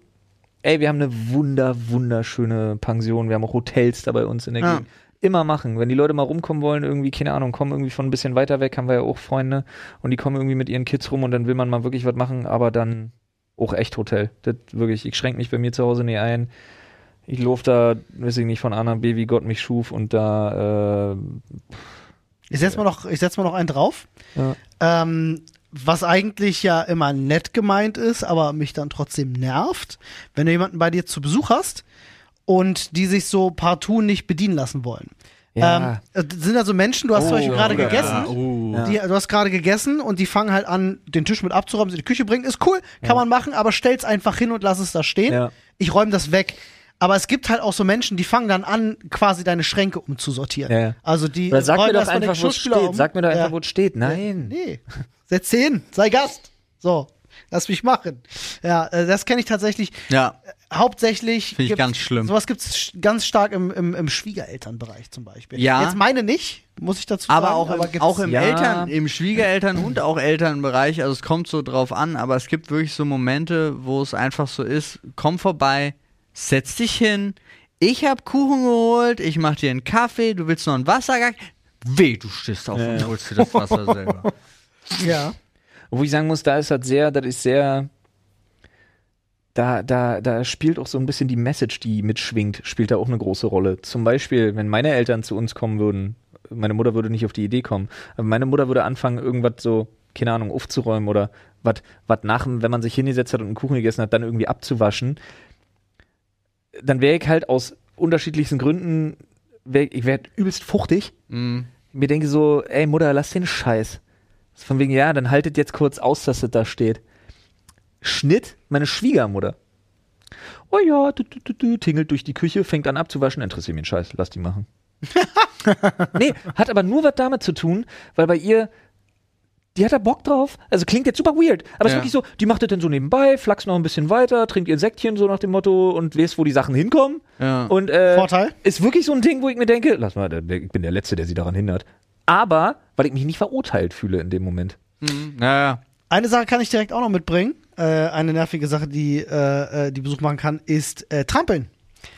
S3: ey, wir haben eine wunder, wunderschöne Pension, wir haben auch Hotels da bei uns in der
S2: Ja.
S3: Gegend. Immer machen. Wenn die Leute mal rumkommen wollen, irgendwie, keine Ahnung, kommen irgendwie von ein bisschen weiter weg, haben wir ja auch Freunde und die kommen irgendwie mit ihren Kids rum und dann will man mal wirklich was machen, aber dann auch echt Hotel. Das wirklich, ich schränke mich bei mir zu Hause nie ein. Ich laufe da, weiß ich nicht, von A nach B, wie Gott mich schuf und da,
S1: Ich setz mal noch, ich setz mal noch einen drauf.
S3: äh, ja.
S1: Ähm, was eigentlich ja immer nett gemeint ist, aber mich dann trotzdem nervt, wenn du jemanden bei dir zu Besuch hast und die sich so partout nicht bedienen lassen wollen.
S3: Ja. Oh,
S1: Ähm, das sind also Menschen, du hast zum Beispiel gerade
S2: Bruder,
S1: gegessen.
S2: ja, oh.
S1: Die, du hast gerade gegessen und die fangen halt an, den Tisch mit abzuräumen, sie in die Küche bringen. Ist cool, kann man machen, aber stell's einfach hin und lass es da stehen.
S3: Ja.
S1: Ich räume das weg. Aber es gibt halt auch so Menschen, die fangen dann an, quasi deine Schränke umzusortieren.
S3: Ja, ja.
S1: Also die
S3: Oder sag
S1: räumen
S3: mir doch
S1: erstmal den
S3: einfach, wo es
S1: Geschirrspüler
S3: steht.
S1: um.
S3: Sag mir doch einfach,
S1: Ja.
S3: wo es steht. Nein.
S1: Nee, setz dich hin, sei Gast. So, lass mich machen. Ja, äh, das kenne ich tatsächlich.
S2: Ja.
S1: Äh, Hauptsächlich.
S2: Finde ich
S1: gibt's-
S2: ganz schlimm.
S1: Sowas gibt es ganz stark im, im, im Schwiegerelternbereich zum Beispiel.
S2: Ja.
S1: Jetzt meine nicht, muss ich dazu
S2: Aber
S1: sagen.
S2: auch,
S1: aber
S2: im,
S1: gibt's-
S2: auch im
S3: Ja.
S2: Eltern, im Schwiegereltern und auch Elternbereich, also es kommt so drauf an, aber es gibt wirklich so Momente, wo es einfach so ist, komm vorbei, setz dich hin, ich hab Kuchen geholt, ich mach dir einen Kaffee, du willst noch einen Wassergang, weh, du stehst auf und holst dir das Wasser
S3: [laughs]
S2: selber.
S1: Ja.
S3: Wo ich sagen muss, da ist halt sehr, das ist sehr, da, da, da spielt auch so ein bisschen die Message, die mitschwingt, spielt da auch eine große Rolle. Zum Beispiel, wenn meine Eltern zu uns kommen würden, meine Mutter würde nicht auf die Idee kommen, aber meine Mutter würde anfangen, irgendwas so, keine Ahnung, aufzuräumen oder was, was nach, dem- wenn man sich hingesetzt hat und einen Kuchen gegessen hat, dann irgendwie abzuwaschen. Dann wäre ich halt aus unterschiedlichsten Gründen, wär, ich wäre übelst fuchtig
S2: Mm.
S3: mir denke so, ey Mutter, lass den Scheiß. Von wegen, ja, dann haltet jetzt kurz aus, dass das da steht. Schnitt, meine Schwiegermutter. Oh ja, du, du, du, du, tingelt durch die Küche, fängt an abzuwaschen, interessiert mich den Scheiß, lass
S2: [laughs]
S3: die machen. nee, hat aber nur was damit zu tun, weil bei ihr, die hat da Bock drauf. Also klingt jetzt super weird, aber es ist
S2: Ja.
S3: wirklich so, die macht das dann so nebenbei, flaxt noch ein bisschen weiter, trinkt ihr Säckchen so nach dem Motto und weiß, wo die Sachen hinkommen.
S2: Ja.
S3: Und äh,
S1: Vorteil?
S3: ist wirklich so ein Ding, wo ich mir denke, lass mal, der- der- ich bin der Letzte, der sie daran hindert. Aber, weil ich mich nicht verurteilt fühle in dem Moment.
S2: Naja.
S1: Eine Sache kann ich direkt auch noch mitbringen. Äh, eine nervige Sache, die, äh, äh, die Besuch machen kann, ist äh, Trampeln.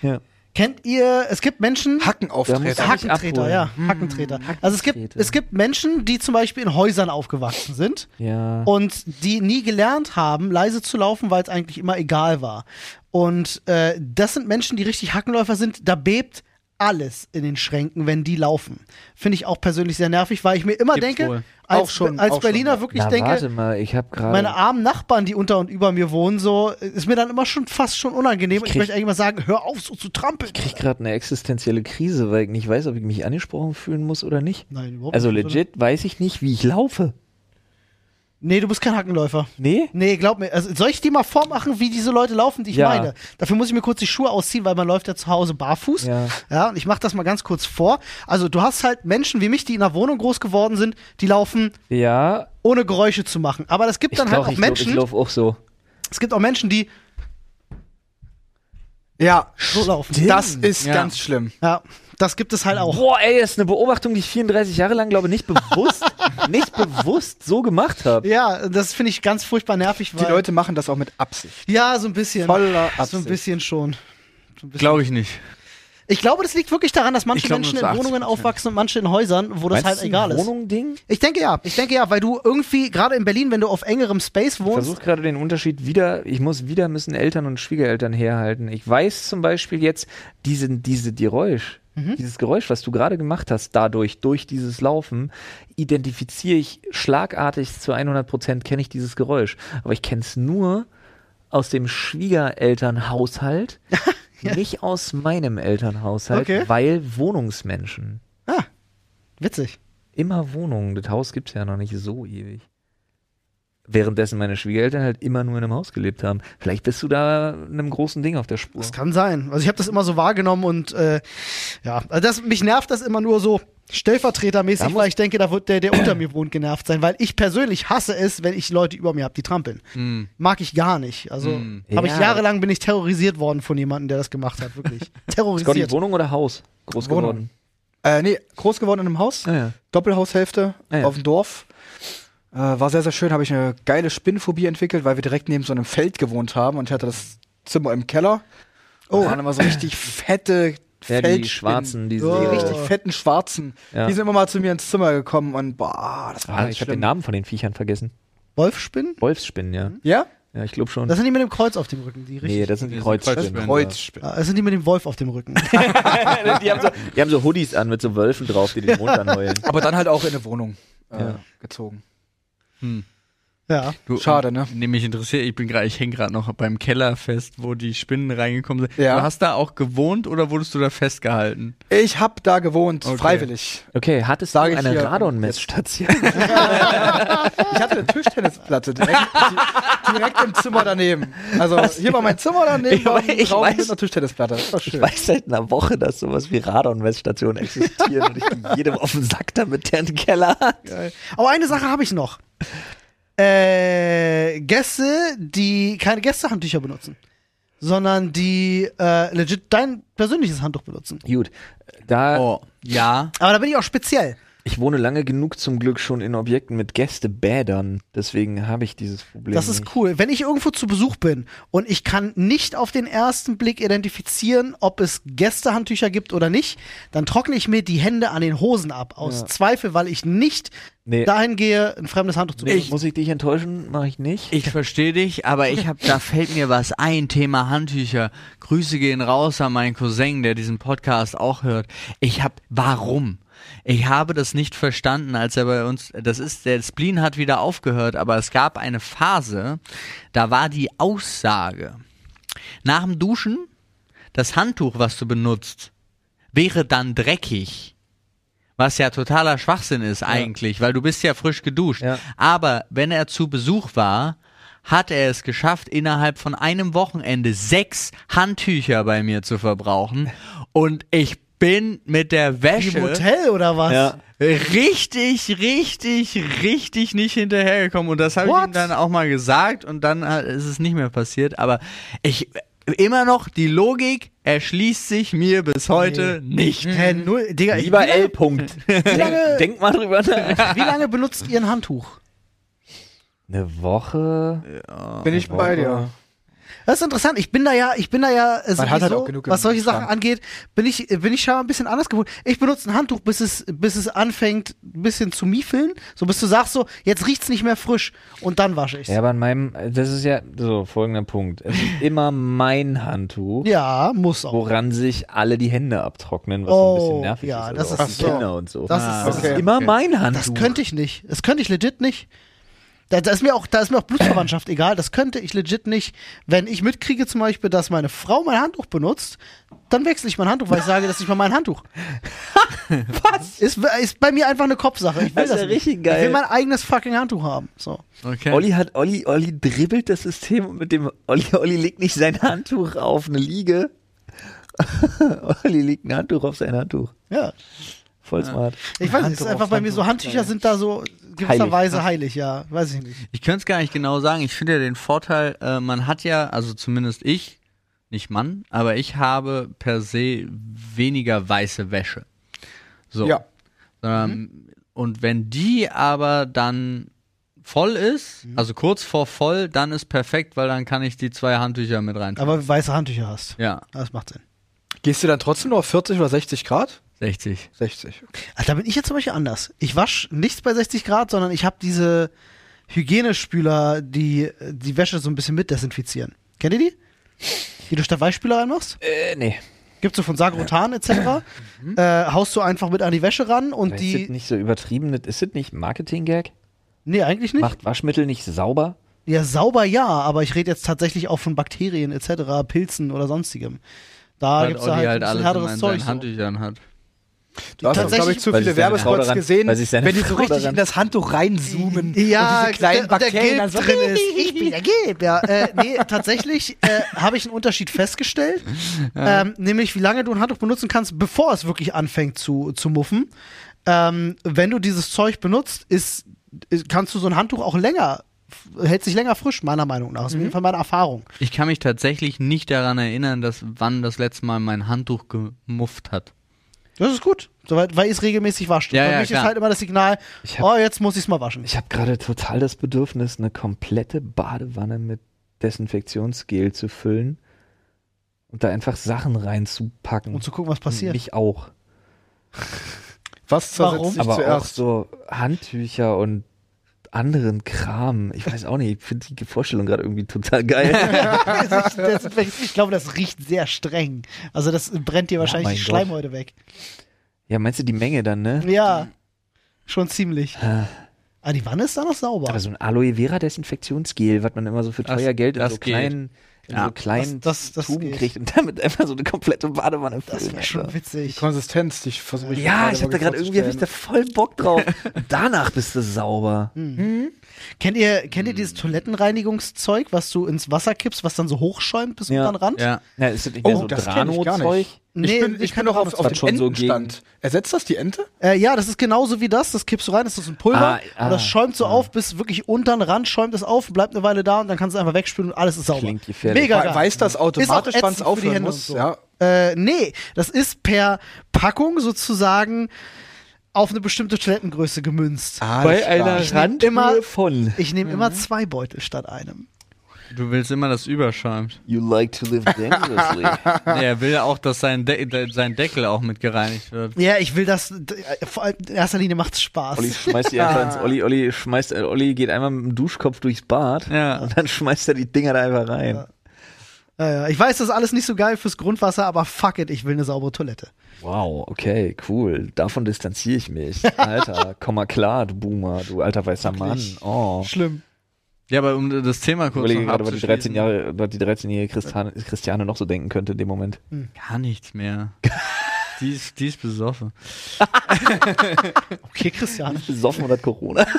S3: Ja.
S1: Kennt ihr, es gibt Menschen.
S4: Hacken
S3: Da
S4: auftreten.
S3: muss- ich
S1: Hackentreter,
S3: abholen.
S1: ja. Hackentreter.
S2: Hm,
S1: Also es gibt, es gibt Menschen, die zum Beispiel in Häusern aufgewachsen sind
S3: Ja.
S1: und die nie gelernt haben, leise zu laufen, weil es eigentlich immer egal war. Und äh, das sind Menschen, die richtig Hackenläufer sind. Da bebt alles in den Schränken, wenn die laufen. Finde ich auch persönlich sehr nervig, weil ich mir immer
S2: Gibt's
S1: denke,
S2: wohl.
S1: als,
S4: Auch schon,
S1: als
S4: auch schon,
S1: Berliner
S4: ja.
S1: wirklich
S3: Na,
S1: denke,
S3: warte mal, ich habe
S1: meine
S3: gerade.
S1: armen Nachbarn, die unter und über mir wohnen, so ist mir dann immer schon fast schon unangenehm. Ich,
S3: krieg-
S1: möchte eigentlich mal sagen, hör auf, so zu trampeln.
S3: Ich krieg gerade eine existenzielle Krise, weil ich nicht weiß, ob ich mich angesprochen fühlen muss oder nicht.
S1: Nein, überhaupt
S3: Also
S1: nicht,
S3: legit weiß ich nicht, wie ich laufe.
S1: Nee, du bist kein Hackenläufer.
S3: Nee?
S1: Nee, glaub mir. Also soll ich dir mal vormachen, wie diese Leute laufen, die ich
S3: Ja.
S1: meine? Dafür muss ich mir kurz die Schuhe ausziehen, weil man läuft ja zu Hause barfuß.
S3: Ja.
S1: ja und ich mache das mal ganz kurz vor. Also du hast halt Menschen wie mich, die in einer Wohnung groß geworden sind, die laufen,
S3: Ja.
S1: ohne Geräusche zu machen. Aber es gibt
S3: Ich
S1: dann
S3: glaube,
S1: halt auch
S3: ich, glaub, ich
S1: Menschen,
S3: laufe auch so.
S1: es gibt auch Menschen, die
S4: Ja,
S1: so laufen.
S4: das ist
S2: Ja.
S4: ganz schlimm.
S1: Ja, das gibt es halt auch.
S3: Boah, ey, ist eine Beobachtung, die ich 34 Jahre lang, glaube
S1: [laughs]
S3: nicht bewusst, nicht bewusst so gemacht habe.
S1: Ja, das finde ich ganz furchtbar nervig, weil
S4: Die Leute machen das auch mit Absicht.
S1: Ja, so ein bisschen.
S4: Voller
S1: So ein
S4: Absicht.
S1: bisschen schon.
S2: Glaube ich nicht.
S1: Ich glaube, das liegt wirklich daran, dass manche
S2: Ich glaube,
S1: Menschen
S2: nur
S1: in
S2: zu
S1: Wohnungen
S2: 80%.
S1: aufwachsen und manche in Häusern, wo das halt egal ist.
S3: Wohnung-Ding?
S1: Ich denke ja, ich denke ja, weil du irgendwie, gerade in Berlin, wenn du auf engerem Space
S3: Ich
S1: wohnst,
S3: versuche gerade den Unterschied wieder, ich muss wieder müssen Eltern und Schwiegereltern herhalten. Ich weiß zum Beispiel jetzt, diesen, diese die Geräusch, dieses Geräusch, was du gerade gemacht hast, dadurch, durch dieses Laufen, identifiziere ich schlagartig zu 100 Prozent, kenne ich dieses Geräusch. Aber ich kenne es nur aus dem Schwiegerelternhaushalt, nicht aus meinem Elternhaushalt,
S1: Okay.
S3: weil Wohnungsmenschen.
S1: witzig.
S3: ne? Immer Wohnungen. Das Haus gibt es ja noch nicht so ewig. Währenddessen meine Schwiegereltern halt immer nur in einem Haus gelebt haben. Vielleicht bist du da einem großen Ding auf der Spur.
S1: Das kann sein. Also ich habe das immer so wahrgenommen und äh, ja, also das, mich nervt das immer nur so
S3: Da
S1: stellvertretermäßig,
S3: muss-
S1: weil ich denke, da wird der, der unter mir wohnt, genervt sein, weil ich persönlich hasse es, wenn ich Leute über mir habe, die trampeln.
S3: Hm.
S1: Mag ich gar nicht. Also habe ich
S3: Ja.
S1: jahrelang bin ich terrorisiert worden von jemandem, der das gemacht hat,
S3: [laughs]
S1: wirklich.
S3: Scotty,
S1: terrorisiert.
S3: Wohnung oder Haus? Groß
S4: Wohnung.
S3: geworden.
S4: Äh, nee, groß geworden in einem Haus.
S3: Ah, ja.
S4: Doppelhaushälfte
S3: Ah, ja.
S4: auf dem Dorf. Äh, war sehr, sehr schön. Habe ich eine geile Spinnenphobie entwickelt, weil wir direkt neben so einem Feld gewohnt haben und ich hatte das Zimmer im Keller. Oh. Da waren immer so richtig fette,
S3: Ja, die
S4: Feldspinnen.
S3: schwarzen, diese-
S4: Die
S1: Oh.
S4: richtig fetten Schwarzen.
S3: Ja.
S4: Die sind immer mal zu mir ins Zimmer gekommen und boah, das war
S3: Ah,
S4: nicht
S3: ich habe den
S4: schlimm.
S3: Namen von den Viechern vergessen.
S1: Wolfspinnen?
S3: Wolfsspinnen, ja.
S4: Ja?
S3: Ja, ich glaube schon.
S1: Das sind die mit dem Kreuz auf dem Rücken, die richtig.
S3: nee, das sind die
S2: sind
S3: Kreuzspinnen.
S2: Kreuzspinnen.
S4: Kreuzspinnen.
S1: Ah, Das sind die mit dem Wolf auf dem
S3: [laughs]
S1: Rücken.
S3: die, haben so, die haben so Hoodies an mit so Wölfen drauf, die den Mund anheulen.
S4: Aber dann halt auch in eine Wohnung äh,
S3: Ja.
S4: gezogen.
S1: ja.
S2: Du,
S4: Schade, ne?
S2: Nee, mich interessiert, ich bin gerade, ich hänge gerade noch beim Keller fest, wo die Spinnen reingekommen sind.
S4: Ja.
S2: Du hast da auch gewohnt oder wurdest du da festgehalten?
S4: Ich hab da gewohnt,
S2: Okay.
S4: freiwillig.
S3: Okay, hattest
S4: Sag
S3: du
S4: ich
S3: eine
S4: hier.
S3: Radon-Messstation?
S4: Ich hatte eine Tischtennisplatte direkt, di- direkt im Zimmer daneben. Also hier war mein Zimmer daneben,
S3: Ich
S4: war ein
S3: weiß- ich
S4: Raum
S3: weiß-
S4: mit einer Tischtennisplatte. Das war
S3: [laughs]
S4: schön.
S3: Ich weiß seit einer Woche, dass sowas wie Radon-Messstationen existieren und ich die jedem auf den Sack damit, der einen Keller hat.
S1: Aber Oh, eine Sache habe ich noch. Äh, Gäste, die keine Gästehandtücher benutzen, sondern die äh, legit dein persönliches Handtuch benutzen.
S3: Gut, da
S2: Oh, ja.
S1: Aber da bin ich auch speziell.
S3: ich wohne lange genug zum Glück schon in Objekten mit Gästebädern, deswegen habe ich dieses Problem.
S1: Das ist
S3: nicht.
S1: cool. Wenn ich irgendwo zu Besuch bin und ich kann nicht auf den ersten Blick identifizieren, ob es Gästehandtücher gibt oder nicht, dann trockne ich mir die Hände an den Hosen ab. Aus Zweifel, weil ich nicht
S3: Nee.
S1: dahin gehe, ein fremdes Handtuch zu benutzen.
S3: Muss ich dich enttäuschen? Mache ich nicht.
S2: Ich verstehe dich, aber ich hab, da fällt mir was ein, Thema Handtücher. Grüße gehen raus an meinen Cousin, der diesen Podcast auch hört. Ich hab, warum? Ich habe das nicht verstanden, als er bei uns, das ist, der Spleen hat wieder aufgehört, aber es gab eine Phase, da war die Aussage, nach dem Duschen, das Handtuch, was du benutzt, wäre dann dreckig. Was ja totaler Schwachsinn ist eigentlich, weil du bist ja frisch geduscht.
S3: Ja.
S2: Aber wenn er zu Besuch war, hat er es geschafft, innerhalb von einem Wochenende sechs Handtücher bei mir zu verbrauchen. Und ich bin mit der
S1: Im
S2: Wäsche
S1: Hotel oder was?
S3: Ja.
S2: richtig, richtig, richtig nicht hinterhergekommen. Und das habe ich
S1: What?
S2: ihm dann auch mal gesagt und dann äh, ist es nicht mehr passiert. Aber ich immer noch, die Logik erschließt sich mir bis heute nicht.
S1: Hä, null, Digga, ich-
S3: Lieber
S1: wie, lange,
S3: L-Punkt.
S1: lange-
S3: [laughs] Denk, denk mal
S1: [laughs]
S3: drüber nach.
S1: wie lange benutzt ihr ein Handtuch?
S3: Eine Woche?
S4: Bin ich bei dir.
S1: Das ist interessant. Ich bin da ja, ich bin da ja äh, sowieso,
S4: Man hat halt auch genug
S1: was solche
S4: im Schrank.
S1: Sachen angeht, bin ich, äh, bin ich schon ein bisschen anders gewohnt. Ich benutze ein Handtuch, bis es, bis es anfängt, ein bisschen zu miefeln. So, bis du sagst so, jetzt riecht's nicht mehr frisch. Und dann wasche ich's.
S3: Ja,
S1: Ja,
S3: aber in meinem, das ist ja so folgender Punkt.
S1: [laughs]
S3: Es ist immer mein Handtuch.
S1: muss auch.
S3: woran sich alle die Hände abtrocknen, was
S1: Oh,
S3: ein bisschen nervig
S1: ja,
S3: ist.
S1: das
S3: auch
S1: ist
S3: die
S1: so.
S3: Kinder und so.
S1: Das
S2: Ah,
S1: ist,
S3: Das
S4: okay.
S3: ist immer mein
S1: das
S3: Handtuch.
S1: könnte ich nicht. Das könnte ich legit nicht. Da, da ist mir auch, da ist mir auch Blutsverwandtschaft
S3: [clears throat]
S1: egal. Das könnte ich legit nicht. Wenn ich mitkriege zum Beispiel, dass meine Frau mein Handtuch benutzt, dann wechsle ich mein Handtuch, weil ich sage, das ist nicht mal mein
S3: [laughs]
S1: Handtuch. Was? Ist, ist bei mir einfach eine Kopfsache. Ich will
S3: Das ist
S1: das,
S3: ja
S1: nicht.
S3: richtig geil.
S1: Ich will mein eigenes fucking Handtuch haben. So.
S2: [laughs] Okay.
S3: Olli hat Olli, Olli dribbelt das System und mit dem Olli, Olli legt nicht sein Handtuch auf eine Liege. [laughs] Olli legt ein Handtuch auf sein Handtuch.
S1: Ja.
S3: Voll smart.
S1: Ich weiß nicht, es ist einfach bei mir so, Handtücher sind da so gewisserweise heilig. ja. Weiß ich nicht.
S2: Ich könnte es gar nicht genau sagen. Ich finde ja den Vorteil, äh, man hat ja, also zumindest ich, nicht Mann, aber ich habe per se weniger weiße Wäsche. So.
S4: Ja.
S2: Sondern, Ähm,
S1: Mhm.
S2: Und wenn die aber dann voll ist,
S1: Mhm.
S2: also kurz vor voll, dann ist perfekt, weil dann kann ich die zwei Handtücher mit rein.
S1: Aber weiße Handtücher hast.
S2: Ja,
S1: Das macht Sinn.
S4: Gehst du dann trotzdem nur auf 40 oder 60 Grad?
S2: 60.
S4: 60. Okay.
S1: Ah, Da bin ich jetzt zum Beispiel anders. Ich wasche nichts bei 60 Grad, sondern ich habe diese Hygienespüler, die äh, die Wäsche so ein bisschen mit desinfizieren. Kennt ihr die? Die du statt Weichspüler reinmachst?
S3: Äh, nee.
S1: Gibt's so von Sagrotan etc. äh, haust du einfach mit an die Wäsche ran und
S3: Ist das
S1: die.
S3: nicht so übertrieben? Ist das nicht Marketing-Gag?
S1: Nee, eigentlich nicht.
S3: Macht Waschmittel nicht sauber?
S1: Ja, sauber ja, aber ich rede jetzt tatsächlich auch von Bakterien etc., Pilzen oder sonstigem. Da
S2: Weil
S1: gibt's da
S2: Olli
S1: halt, ein
S2: halt
S1: bisschen
S2: alles
S1: härteres
S2: in
S1: Zeug.
S2: seinen
S1: So.
S2: Handtüchern hat.
S4: Du hast,
S1: Tatsächlich-
S4: glaube ich, zu
S3: Weil sich
S4: viele
S3: seine Frau
S4: Werbespots
S3: daran-
S4: gesehen,
S3: weil sich seine
S4: wenn die so
S3: Frau
S4: richtig
S3: daran-
S4: in das Handtuch reinzoomen
S1: Ja,
S4: und diese kleinen
S1: der- der
S4: Bakterien
S1: Gilb
S4: dann so
S1: drin
S4: [laughs]
S1: ist. Ich bin der Gilb, ja. Äh, nee, tatsächlich äh, habe ich einen Unterschied festgestellt. Ähm, nämlich, wie lange du ein Handtuch benutzen kannst, bevor es wirklich anfängt zu, zu muffen. Ähm, wenn du dieses Zeug benutzt, ist, ist, kannst du so ein Handtuch auch länger, f- hält sich länger frisch, meiner Meinung nach. Das ist auf jeden Fall meine Erfahrung.
S2: Ich kann mich tatsächlich nicht daran erinnern, dass wann das letzte Mal mein Handtuch gemufft hat.
S1: Das ist gut, soweit, weil ich es regelmäßig wasche.
S2: Ja,
S1: Für
S2: ja,
S1: mich
S2: klar.
S1: ist halt immer das Signal,
S3: Ich hab-
S1: oh, jetzt muss ich es mal waschen.
S3: Ich habe gerade total das Bedürfnis, eine komplette Badewanne mit Desinfektionsgel zu füllen und da einfach Sachen reinzupacken.
S1: um zu gucken, was passiert.
S3: Mich auch.
S4: Was
S1: Warum?
S4: zersetzt sich
S3: Aber auch
S4: zuerst?
S3: so Handtücher und anderen Kram. Ich weiß auch nicht, ich finde die Vorstellung gerade irgendwie total geil.
S1: das, das, ich glaube, das riecht sehr streng. Also das brennt dir wahrscheinlich
S3: mein
S1: die
S3: Gott.
S1: Schleimhäute weg.
S3: [laughs] ja, meinst du die Menge dann, ne?
S1: Ja, schon ziemlich. Aber die Wanne ist da noch sauber.
S3: Aber so ein Aloe Vera Desinfektionsgel, was man immer so für
S2: Das-
S3: teuer Geld in
S2: das
S3: so
S2: geht.
S3: kleinen, in
S2: Ja.
S3: so kleinen
S1: Das- das- das
S3: Tuben
S1: geht.
S3: kriegt und damit einfach so eine komplette Badewanne füllen.
S1: das wäre schon
S3: Alter.
S1: witzig.
S4: Konsistenz, die ich versuche
S3: ja, ich hab da gerade irgendwie hab ich da voll Bock [laughs] drauf. Und Danach bist du sauber.
S1: Kennt ihr, kennt ihr dieses Toilettenreinigungszeug, was du ins Wasser kippst, was dann so hochschäumt bis
S3: Ja.
S1: unter den Rand?
S2: Ja.
S3: Na, ist das nicht
S4: Oh,
S3: mehr so
S4: das kenn ich gar
S3: Drano-Zeug?
S4: nicht.
S1: Nee,
S4: ich bin,
S1: ich
S4: ich
S1: kann
S4: bin noch
S1: auch
S4: auf,
S1: was
S4: auf
S3: hat schon
S4: dem
S3: so
S4: Entenstand. Ersetzt das die Ente?
S1: Äh, ja, das ist genauso wie das. Das kippst du rein, das ist so ein Pulver.
S3: Ah, ah,
S1: und das schäumt so auf, bis wirklich unter den Rand schäumt es auf, bleibt eine Weile da und dann kannst du es einfach wegspülen und alles ist sauber.
S3: Klingt gefährlich.
S1: Mega geil. Mhm.
S4: Weiß das automatisch,
S1: Ist auch
S4: wann
S1: ätzend
S4: es
S1: für die
S4: aufhören
S1: Hände
S4: muss?
S1: und so.
S4: Ja.
S1: Äh, nee, das ist per Packung sozusagen auf eine bestimmte Toilettengröße
S3: Ah.
S1: gemünzt.
S3: Also
S4: Alles klar.
S1: Randhöhe immer-
S3: von
S1: Ich nehme
S3: Mhm.
S1: immer zwei Beutel statt einem.
S2: Du willst immer,
S1: [laughs]
S2: dass überschäumt.
S3: You like to live dangerously. [laughs]
S2: Nee, er will ja auch, dass sein, De de- sein Deckel auch mit gereinigt wird.
S1: Ja, ich will das. äh, Vor allem in erster Linie macht's Spaß.
S3: Olli schmeißt die einfach ins Olli, Olli schmeißt äh, Olli geht einmal mit dem Duschkopf durchs Bad
S2: Ja.
S3: und dann schmeißt er die Dinger da einfach rein.
S1: Ja, ja. Ich weiß, das ist alles nicht so geil fürs Grundwasser, aber fuck it, ich will eine saubere Toilette.
S3: Wow, okay, cool. Davon distanziere ich mich. Alter, komm mal klar, du Boomer, du alter weißer Mann. Oh.
S1: Schlimm.
S2: Ja, aber um das Thema
S3: Ich
S2: kurz
S3: überlege
S2: noch
S3: gerade, was die
S2: abzuschließen.
S3: 13 Jahre, was die 13-jährige Christiane, Christiane noch so denken könnte in dem Moment.
S2: Gar
S1: [laughs]
S2: nichts mehr. die, ist, die ist besoffen.
S1: Okay, Christian.
S3: Besoffen oder Corona? [laughs]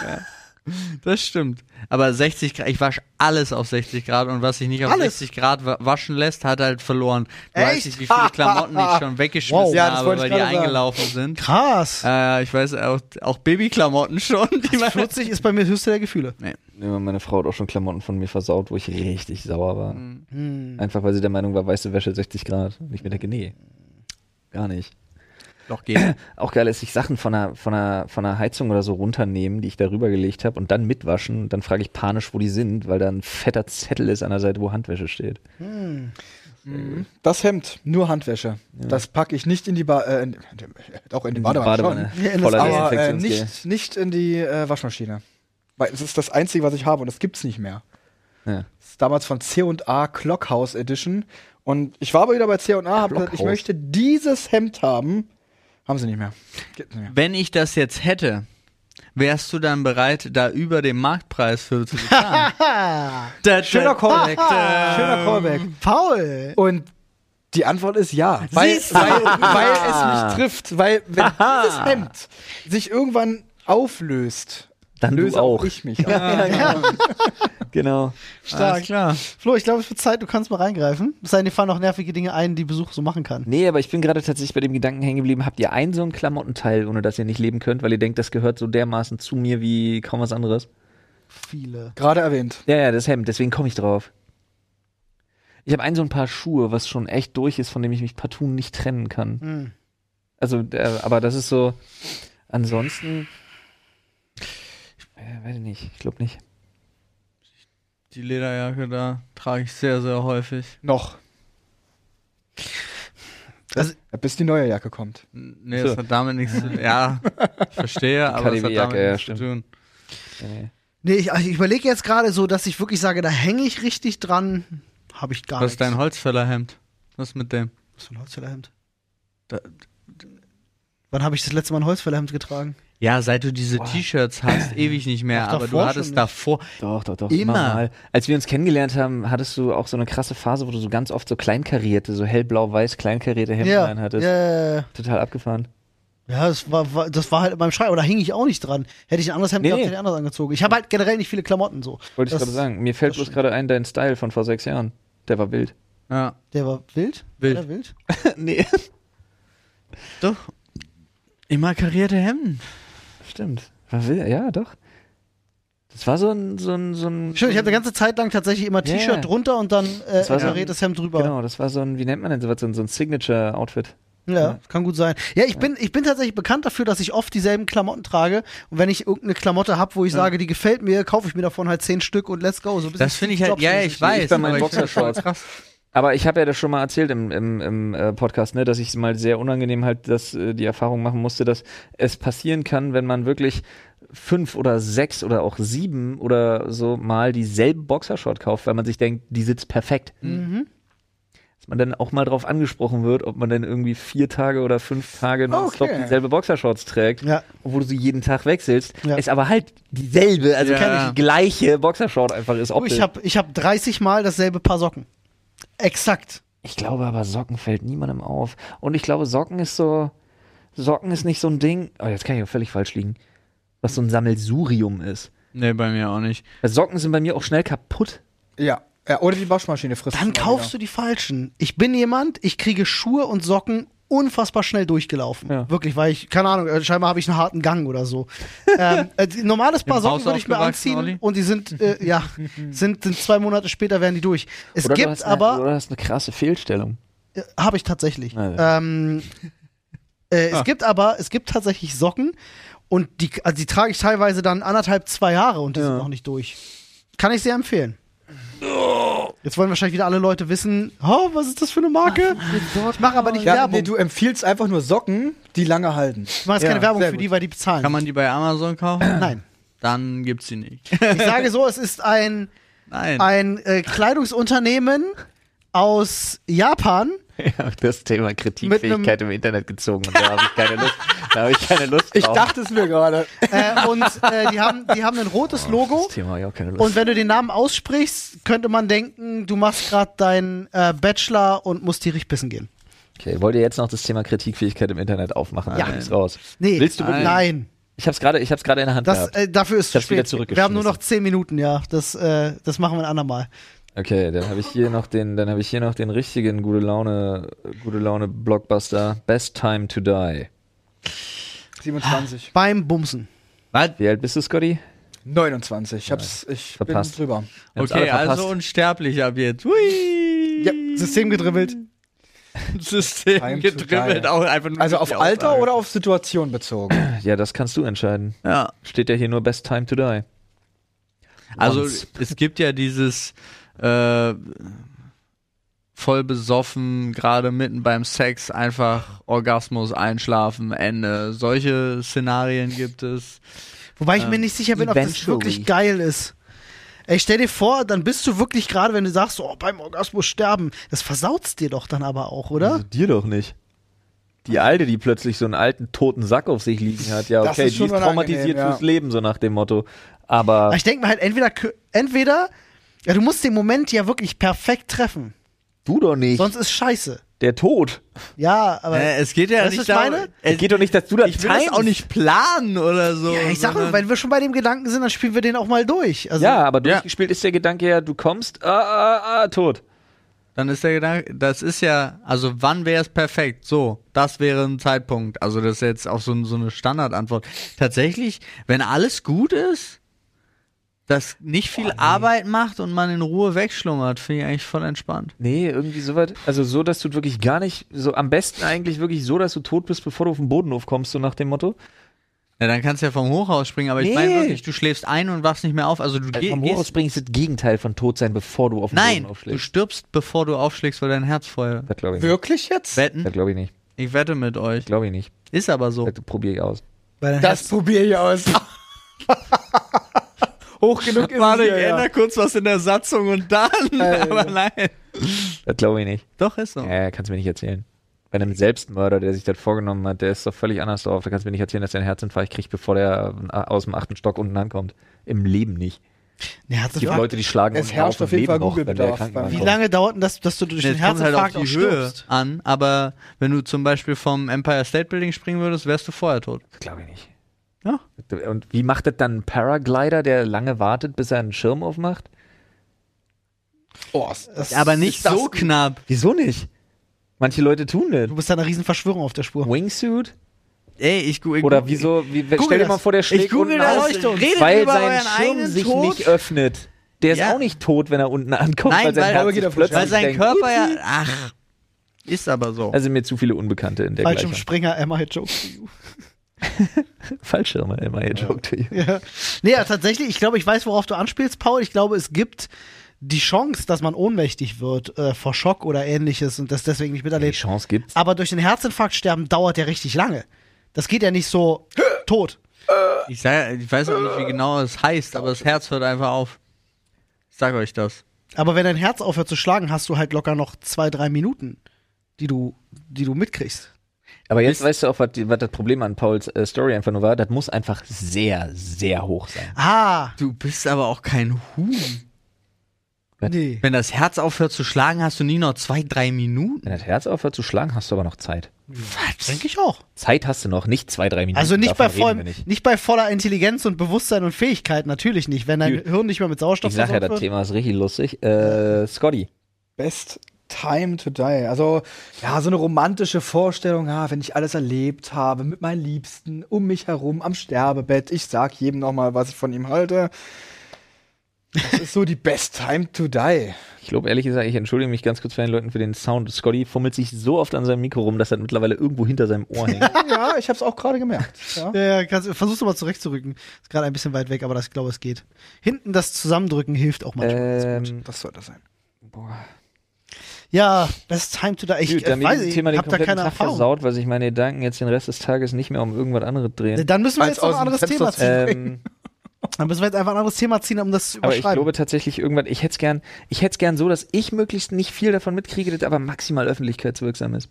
S2: Das stimmt. Aber 60 Grad, ich wasche alles auf 60 Grad und was sich nicht auf
S1: Alles?
S2: 60 Grad wa- waschen lässt, hat halt verloren. Du
S1: Echt?
S2: weißt nicht, wie viele Klamotten ich
S4: [laughs]
S2: schon weggeschmissen
S1: Wow.
S4: Ja, das
S2: habe,
S4: wollte
S2: weil
S4: ich
S2: die
S4: gerade sagen.
S2: eingelaufen sind.
S1: Krass.
S2: Äh, ich weiß auch, auch Babyklamotten schon, die man
S1: 40 ist bei mir das höchste der Gefühle.
S3: Ja, Meine Frau hat auch schon Klamotten von mir versaut, wo ich richtig sauer war. Einfach weil sie der Meinung war, weiße Wäsche 60 Grad. Und ich mir denke, nee, gar nicht.
S2: noch
S4: [laughs]
S2: geht.
S3: Auch geil ist, sich Sachen von einer, von, einer, von einer Heizung oder so runternehmen, die ich darüber gelegt habe und dann mitwaschen. Und dann frage ich panisch, wo die sind, weil da ein fetter Zettel ist an der Seite, wo Handwäsche steht.
S4: Das Hemd, nur Handwäsche. Das packe ich nicht in die ba äh, in, auch in die Badewanne, schon.
S1: Ja, in das
S3: voller
S4: aber äh,
S3: Desinfektionsgel.
S4: nicht, nicht in die äh, Waschmaschine. Weil es ist das Einzige, was ich habe und das gibt's nicht mehr.
S3: Ja.
S4: Das ist damals von C&A Clockhouse Edition und ich war aber wieder bei C&A, habe gesagt, ich
S3: Clockhouse.
S4: möchte dieses Hemd haben. Haben sie nicht mehr. Gibt's nicht mehr.
S2: Wenn ich das jetzt hätte, wärst du dann bereit, da über dem Marktpreis für zu
S4: [laughs]
S2: bezahlen? Da-
S4: Schöner
S2: da-
S4: Callback. Schöner Callback.
S2: Mhm.
S1: Paul.
S4: Und die Antwort ist ja. Weil,
S1: Siehst du?
S4: weil, weil es mich trifft. Weil, wenn dieses Hemd sich irgendwann auflöst,
S3: Dann du
S4: löse
S3: auch.
S4: ich mich auf.
S3: Genau.
S2: Alles klar.
S1: Flo, ich glaube, es wird Zeit, du kannst mal reingreifen. Es sei denn, dir fallen noch nervige Dinge ein, die Besuch so machen kann.
S3: Nee, aber ich bin gerade tatsächlich bei dem Gedanken hängen geblieben, habt ihr einen so einen Klamottenteil, ohne dass ihr nicht leben könnt, weil ihr denkt, das gehört so dermaßen zu mir wie kaum was anderes?
S1: Viele.
S4: Gerade erwähnt.
S3: Ja, ja, das Hemd, deswegen komme ich drauf. Ich habe ein so ein paar Schuhe, was schon echt durch ist, von dem ich mich partout nicht trennen kann.
S1: Mhm.
S3: Also, äh, aber das ist so. Ansonsten. Äh, weiß ich nicht, ich glaube nicht.
S2: Die Lederjacke da trage ich sehr, sehr häufig.
S4: Noch.
S1: Also-
S4: bis die neue Jacke kommt.
S2: Nee,
S3: So.
S2: das hat damit nichts zu tun. Ja, ich verstehe, aber das hat
S3: KDW-Jacke,
S2: damit
S3: ja,
S2: nichts zu
S3: stimmt.
S2: tun.
S3: Äh,
S1: Nee, ich, ich überlege jetzt gerade so, dass ich wirklich sage, da hänge ich richtig dran. Habe ich gar
S2: Was
S1: nichts.
S2: ist dein Holzfällerhemd? Was ist mit dem?
S1: Was für ein Holzfällerhemd?
S2: Da-
S1: Wann habe ich das letzte Mal ein Holzfällerhemd getragen?
S2: Ja, seit du diese T-Shirts hast, ewig nicht mehr,
S1: Ach,
S2: aber
S1: davor
S2: du
S1: schon
S2: hattest
S1: nicht.
S2: davor.
S3: doch, doch, doch.
S2: Immer.
S3: Als wir uns kennengelernt haben, hattest du auch so eine krasse Phase, wo du so ganz oft so kleinkarierte, so hellblau-weiß kleinkarierte Hemden
S1: Ja, ja,
S3: reinhattest.
S1: ja, ja.
S3: Total abgefahren.
S1: ja das, war, war, das war halt beim Schrei, aber da hing ich auch nicht dran. Hätte ich ein anderes Hemd
S3: Nee,
S1: gehabt,
S3: nee.
S1: hätte ich anders angezogen. Ich habe halt generell nicht viele Klamotten so.
S3: Wollte ich
S1: Das-
S3: gerade sagen. Mir fällt
S1: das
S3: bloß
S1: stimmt.
S3: gerade ein, dein Style von vor sechs Jahren. Der
S1: [laughs]
S3: war wild.
S2: Ja,
S1: Der war wild?
S2: Wild.
S1: War der wild?
S3: nee.
S2: doch. Immer karierte Hemden.
S3: Stimmt. War wild, ja, doch. Das war so ein. So ein, so ein
S1: Schön, ich habe eine ganze Zeit lang tatsächlich immer
S3: Ja,
S1: T-Shirt
S3: ja.
S1: drunter und dann äh,
S3: war so
S1: ein das Hemd drüber.
S3: Genau, das war so ein, wie nennt man denn sowas, so ein, so ein Signature-Outfit.
S1: Ja, kann gut sein. Ja, ich bin, ich bin tatsächlich bekannt dafür, dass ich oft dieselben Klamotten trage. Und wenn ich irgendeine Klamotte habe, wo ich sage, die gefällt mir, kaufe ich mir davon halt zehn Stück und let's go. So ein bisschen
S2: Das finde ich halt,
S1: Jobs-
S2: ja, ich weiß.
S3: bei meinen
S2: aber ich finde das voll
S3: Boxershorts.
S2: krass.
S3: Aber ich habe ja das schon mal erzählt im, im, im äh, Podcast, ne, dass ich es mal sehr unangenehm halt dass, äh, die Erfahrung machen musste, dass es passieren kann, wenn man wirklich fünf oder sechs oder auch sieben oder so mal dieselben Boxershort kauft, weil man sich denkt, die sitzt perfekt.
S1: Mhm.
S3: Dass man dann auch mal drauf angesprochen wird, ob man dann irgendwie vier Tage oder fünf Tage nonstop
S4: Okay.
S3: dieselbe Boxershorts trägt,
S1: Ja.
S3: obwohl du sie jeden Tag wechselst,
S1: Ja.
S3: ist aber halt dieselbe, also
S2: Ja.
S3: keine die gleiche Boxershort einfach ist.
S1: Oh,
S3: Optisch.
S1: ich habe ich hab 30 Mal dasselbe Paar Socken. Exakt.
S3: Ich glaube aber, Socken fällt niemandem auf. Und ich glaube, Socken ist so. Socken ist nicht so ein Ding. Oh, jetzt kann ich auch völlig falsch liegen. Was so ein Sammelsurium ist.
S2: Nee, bei mir auch nicht.
S3: Also Socken sind bei mir auch schnell kaputt.
S4: Ja. ja. Oder die Waschmaschine frisst.
S1: Dann kaufst du die falschen. Ich bin jemand, ich kriege Schuhe und Socken unfassbar schnell durchgelaufen.
S3: Ja.
S1: Wirklich, weil ich, keine Ahnung, äh, scheinbar habe ich einen harten Gang oder so.
S3: [laughs]
S1: ähm, äh, die- normales Paar
S2: Im
S1: Socken
S2: Haus
S1: würde ich mir
S2: aufgewachsen,
S1: anziehen
S2: Olli?
S1: und die sind, äh,
S3: [laughs]
S1: ja, sind, sind zwei Monate später werden die durch. Es
S3: Oder du
S1: gibt
S3: hast eine,
S1: aber,
S3: Oder du hast eine krasse Fehlstellung.
S1: Habe ich tatsächlich.
S3: Ah,
S1: Ähm, äh,
S4: Ah.
S1: Es gibt aber, es gibt tatsächlich Socken und die, also die trage ich teilweise dann anderthalb, zwei Jahre und die sind noch nicht durch. Kann ich sehr empfehlen. Jetzt wollen wahrscheinlich wieder alle Leute wissen, oh, was ist das für eine Marke? Ich mache aber nicht
S4: Ja,
S1: Werbung.
S4: nee, du empfiehlst einfach nur Socken, die lange halten.
S1: ich mache jetzt keine
S4: Ja,
S1: Werbung
S4: sehr
S1: für
S4: gut.
S1: die, weil die bezahlen.
S2: Kann man die bei Amazon
S1: [clears throat]
S2: kaufen?
S1: Nein.
S2: Dann gibt's sie nicht.
S1: Ich sage so, es ist ein,
S2: Nein.
S1: ein äh, Kleidungsunternehmen aus Japan.
S3: Ich habe das Thema
S1: Kritikfähigkeit
S3: im Internet gezogen und da habe ich keine Lust. Da habe ich keine Lust
S4: Ich dachte es mir gerade.
S1: Äh, und äh, die, haben, die haben ein rotes
S4: Oh,
S1: Logo.
S3: das Thema habe ich auch keine Lust.
S1: Und wenn du den Namen aussprichst, könnte man denken, du machst gerade deinen äh, Bachelor und musst tierisch pissen gehen.
S3: okay, wollt ihr jetzt noch das Thema Kritikfähigkeit im Internet aufmachen?
S1: Ja.
S3: Dann ist raus.
S1: Nee.
S3: Willst du
S1: Nein.
S3: wirklich?
S1: Nein.
S3: Ich habe es gerade, ich habe es gerade in der Hand
S1: Das,
S3: gehabt.
S1: äh, dafür ist
S3: Ich hab's
S1: spät.
S3: wieder zurückgeschmissen.
S1: Wir haben nur noch zehn Minuten, ja. Das, äh, das machen wir ein andermal.
S3: Okay, dann habe ich hier noch den, dann habe ich hier noch den richtigen gute Laune, gute Laune Blockbuster Best Time to Die.
S4: 27.
S1: Beim Bumsen.
S2: Was?
S3: Wie alt bist du, Scotty?
S4: 29. Ich hab's, ich
S3: Verpasst.
S4: bin drüber.
S3: Wir haben's
S2: Okay,
S3: alle verpasst.
S2: also unsterblich ab jetzt. Hui.
S1: Ja, System gedribbelt.
S2: System
S4: Time to
S2: gedribbelt.
S4: die.
S2: Auch einfach nur
S4: Also
S2: die
S4: auf Alter
S2: Aussage.
S4: oder auf Situation bezogen?
S3: ja, das kannst du entscheiden.
S2: Ja.
S3: Steht ja hier nur Best Time to Die.
S1: [laughs]
S2: Also
S3: Once.
S2: es gibt ja dieses äh, voll besoffen, gerade mitten beim Sex, einfach Orgasmus, Einschlafen, Ende. Solche Szenarien gibt es.
S1: Wobei ich mir nicht sicher bin, ob das
S3: Ähm, eventually.
S1: wirklich geil ist. Ey, stell dir vor, dann bist du wirklich gerade, wenn du sagst, oh, beim Orgasmus sterben. Das versaut's dir doch dann aber auch, oder?
S3: Also dir doch nicht. Die Alte, die plötzlich so einen alten toten Sack auf sich liegen hat, ja,
S4: Das
S3: okay,
S4: ist
S3: die
S4: schon
S3: ist traumatisiert
S4: unangenehm, ja.
S3: fürs Leben, so nach dem Motto.
S1: Aber
S3: Aber
S1: ich denke mir halt, entweder, kö- entweder, ja, du musst den Moment ja wirklich perfekt treffen.
S3: du doch nicht.
S1: Sonst ist scheiße.
S3: der Tod.
S1: Ja, aber.
S2: Äh, es geht ja
S1: Weißt du, was
S2: nicht
S1: ich
S2: darum-
S1: meine?
S2: Es
S3: Es geht doch nicht, dass du das
S2: ich will das auch
S3: timest.
S2: nicht planen oder so.
S1: Ja, ich sag
S2: sondern-
S1: nur, wenn wir schon bei dem Gedanken sind, dann spielen wir den auch mal durch. Also,
S3: Ja, aber
S2: Ja.
S3: durchgespielt ist der Gedanke ja, du kommst, ah, ah, ah, tot.
S2: Dann ist der Gedanke, das ist ja, also wann wäre es perfekt? So, das wäre ein Zeitpunkt. Also das ist jetzt auch so, ein- so eine Standardantwort. Tatsächlich, wenn alles gut ist, dass nicht viel Arbeit macht und man in Ruhe wegschlummert, finde ich eigentlich voll entspannt.
S3: Nee, irgendwie so weit, also so, dass du wirklich gar nicht, so am besten eigentlich wirklich so, dass du tot bist, bevor du auf den Boden aufkommst, so nach dem Motto.
S2: Ja, dann kannst du ja vom Hochhaus springen, aber ich
S3: Nee.
S2: meine wirklich, du schläfst ein und wachst nicht mehr auf. Also du
S3: Weil
S2: geh-
S3: Äh, vom
S2: gehst.
S3: Hochhaus bringst du das Gegenteil von tot sein, bevor du auf den
S2: nein,
S3: Boden
S2: du
S3: aufschlägst.
S2: stirbst, bevor du aufschlägst, weil dein Herz vorher.
S3: Das glaube ich nicht.
S4: Wirklich jetzt?
S3: Das
S2: Wetten?
S3: glaube ich nicht.
S2: Ich wette mit euch.
S3: Glaube ich nicht.
S2: Ist aber so.
S3: Das probiere ich aus.
S1: weil dann
S4: Das probiere Äh, ich [laughs] aus. Hoch genug ist
S2: Warte,
S4: es
S2: ich
S4: hier, ja.
S2: ändere kurz was in der Satzung und dann, [laughs] aber nein.
S3: Das glaube ich nicht.
S2: Doch, ist so.
S3: Ja, kannst du mir nicht erzählen. Bei einem Selbstmörder, der sich das vorgenommen hat, der ist doch völlig anders drauf. Da kannst du mir nicht erzählen, dass der einen Herzinfarkt kriegt, bevor der äh, aus dem achten Stock unten ankommt. Im Leben nicht.
S1: Nee,
S3: Es
S1: Herzinfarkt-
S3: gibt Leute, die schlagen
S4: Es
S3: unten
S4: herrscht
S3: und
S4: auf jeden
S3: leben
S4: Fall
S3: noch, wenn der
S4: Google-Bedarf
S3: Krankenwagen
S4: beim-
S1: wie
S3: kommt.
S1: lange dauert denn das, dass du durch den
S2: Jetzt kommt halt auf
S1: Herzinfarkt auch
S2: die Höhe
S1: stirbst?
S2: an, aber wenn du zum Beispiel vom Empire State Building springen würdest, wärst du vorher tot.
S3: Das glaube ich nicht.
S2: Ja.
S3: Und wie macht das dann ein Paraglider, der lange wartet, bis er einen Schirm aufmacht?
S4: Oh, ist das-
S2: Aber nicht
S4: ist das-
S2: so knapp.
S3: Wieso nicht? Manche Leute tun das.
S1: Du bist da einer riesen Verschwörung auf der Spur.
S3: Wingsuit?
S2: Ey, ich google.
S3: Oder wieso? Wie, stell dir
S1: das.
S3: mal vor, der schlägt
S2: Ich google
S3: unten
S2: das.
S3: aus,
S1: Leuchte uns.
S2: Redet
S3: weil
S2: über
S3: sein
S2: euren
S3: Schirm
S2: eigenen
S3: sich
S2: Tod.
S3: nicht öffnet. Der ist
S2: Ja.
S3: auch nicht tot, wenn er unten ankommt,
S2: Nein,
S3: weil sein
S2: weil-
S3: Herz
S2: aber
S4: geht
S3: sich
S4: er
S3: plötzlich
S2: Weil sein
S3: denkt,
S2: Körper ja. Ach. Ist aber so.
S3: Also mir zu viele Unbekannte in der Gleichung.
S1: Fallschirmspringer, Emma had jokes for you.
S3: Fallschirme, immer ihr joke to you.
S1: Ja. Nee, ja, tatsächlich, ich glaube, ich weiß, worauf du anspielst, Paul. Ich glaube, es gibt die Chance, dass man ohnmächtig wird äh, vor Schock oder ähnliches und das deswegen nicht
S3: Die
S1: miterlebt.
S3: Chance gibt's.
S1: Aber durch den Herzinfarkt sterben dauert ja richtig lange. Das geht ja nicht so tot.
S2: Ich, sag, ich weiß auch nicht, wie genau es heißt, aber das Herz hört einfach auf. Ich sag euch das.
S1: Aber wenn dein Herz aufhört zu schlagen, hast du halt locker noch zwei, drei Minuten, die du, die du mitkriegst.
S3: Aber jetzt weißt du auch, was, die- was das Problem an Pauls äh, Story einfach nur war. Das muss einfach sehr, sehr hoch sein.
S1: Ah,
S2: Du bist aber auch kein Huhn.
S1: nee.
S2: Wenn das Herz aufhört zu schlagen, hast du nie noch zwei, drei Minuten.
S3: Wenn das Herz aufhört zu schlagen, hast du aber noch Zeit.
S1: Denke ich auch.
S3: Zeit hast du noch, nicht zwei, drei Minuten.
S1: Also nicht
S3: Davon
S1: bei,
S3: reden
S1: vollem,
S3: wir
S1: nicht.
S3: nicht.
S1: bei voller Intelligenz und Bewusstsein und Fähigkeit, natürlich nicht. Wenn dein
S3: Dude.
S1: Hirn nicht mehr mit Sauerstoff
S3: Ich sag ja,
S1: versorgt
S3: das
S1: wird.
S3: Thema ist richtig lustig. Äh, Scotty.
S4: Best Time to Die. Also, ja, so eine romantische Vorstellung, ja, wenn ich alles erlebt habe, mit meinen Liebsten, um mich herum, am Sterbebett. Ich sag jedem nochmal, was ich von ihm halte. Das ist so die Best Time to Die.
S3: Ich glaube, ehrlich gesagt, ich entschuldige mich ganz kurz bei den Leuten für den Sound. Scotty fummelt sich so oft an seinem Mikro rum, dass das mittlerweile irgendwo hinter seinem Ohr hängt.
S1: [laughs]
S4: Ja, ich hab's auch gerade gemerkt. Ja.
S1: Ja, ja, kannst, versuch's nochmal zurechtzurücken. Ist gerade ein bisschen weit weg, aber das, ich glaube, es geht. Hinten das Zusammendrücken hilft auch manchmal.
S3: ähm,
S4: Das sollte sein.
S1: ja, best time to die. Ich
S3: Dude,
S1: äh,
S3: damit
S1: weiß,
S3: dieses
S1: ich
S3: Thema den
S1: hab da
S3: kompletten
S1: keine
S3: Tag
S1: Erfahrung.
S3: versaut, weil sich meine Gedanken jetzt den Rest des Tages nicht mehr um irgendwas anderes
S1: Nee,
S3: drehen.
S1: Dann müssen wir
S4: Als
S1: jetzt noch
S4: aus
S1: ein
S4: dem
S1: anderes
S4: Fenster
S1: Thema
S4: zu-
S1: ziehen.
S3: Ähm,
S1: [laughs] Dann müssen wir jetzt einfach ein anderes Thema ziehen, um das zu
S3: aber ich
S1: überschreiben.
S3: glaube tatsächlich irgendwann, ich hätte es gern, ich hätte gern so, dass ich möglichst nicht viel davon mitkriege, das aber maximal öffentlichkeitswirksam ist.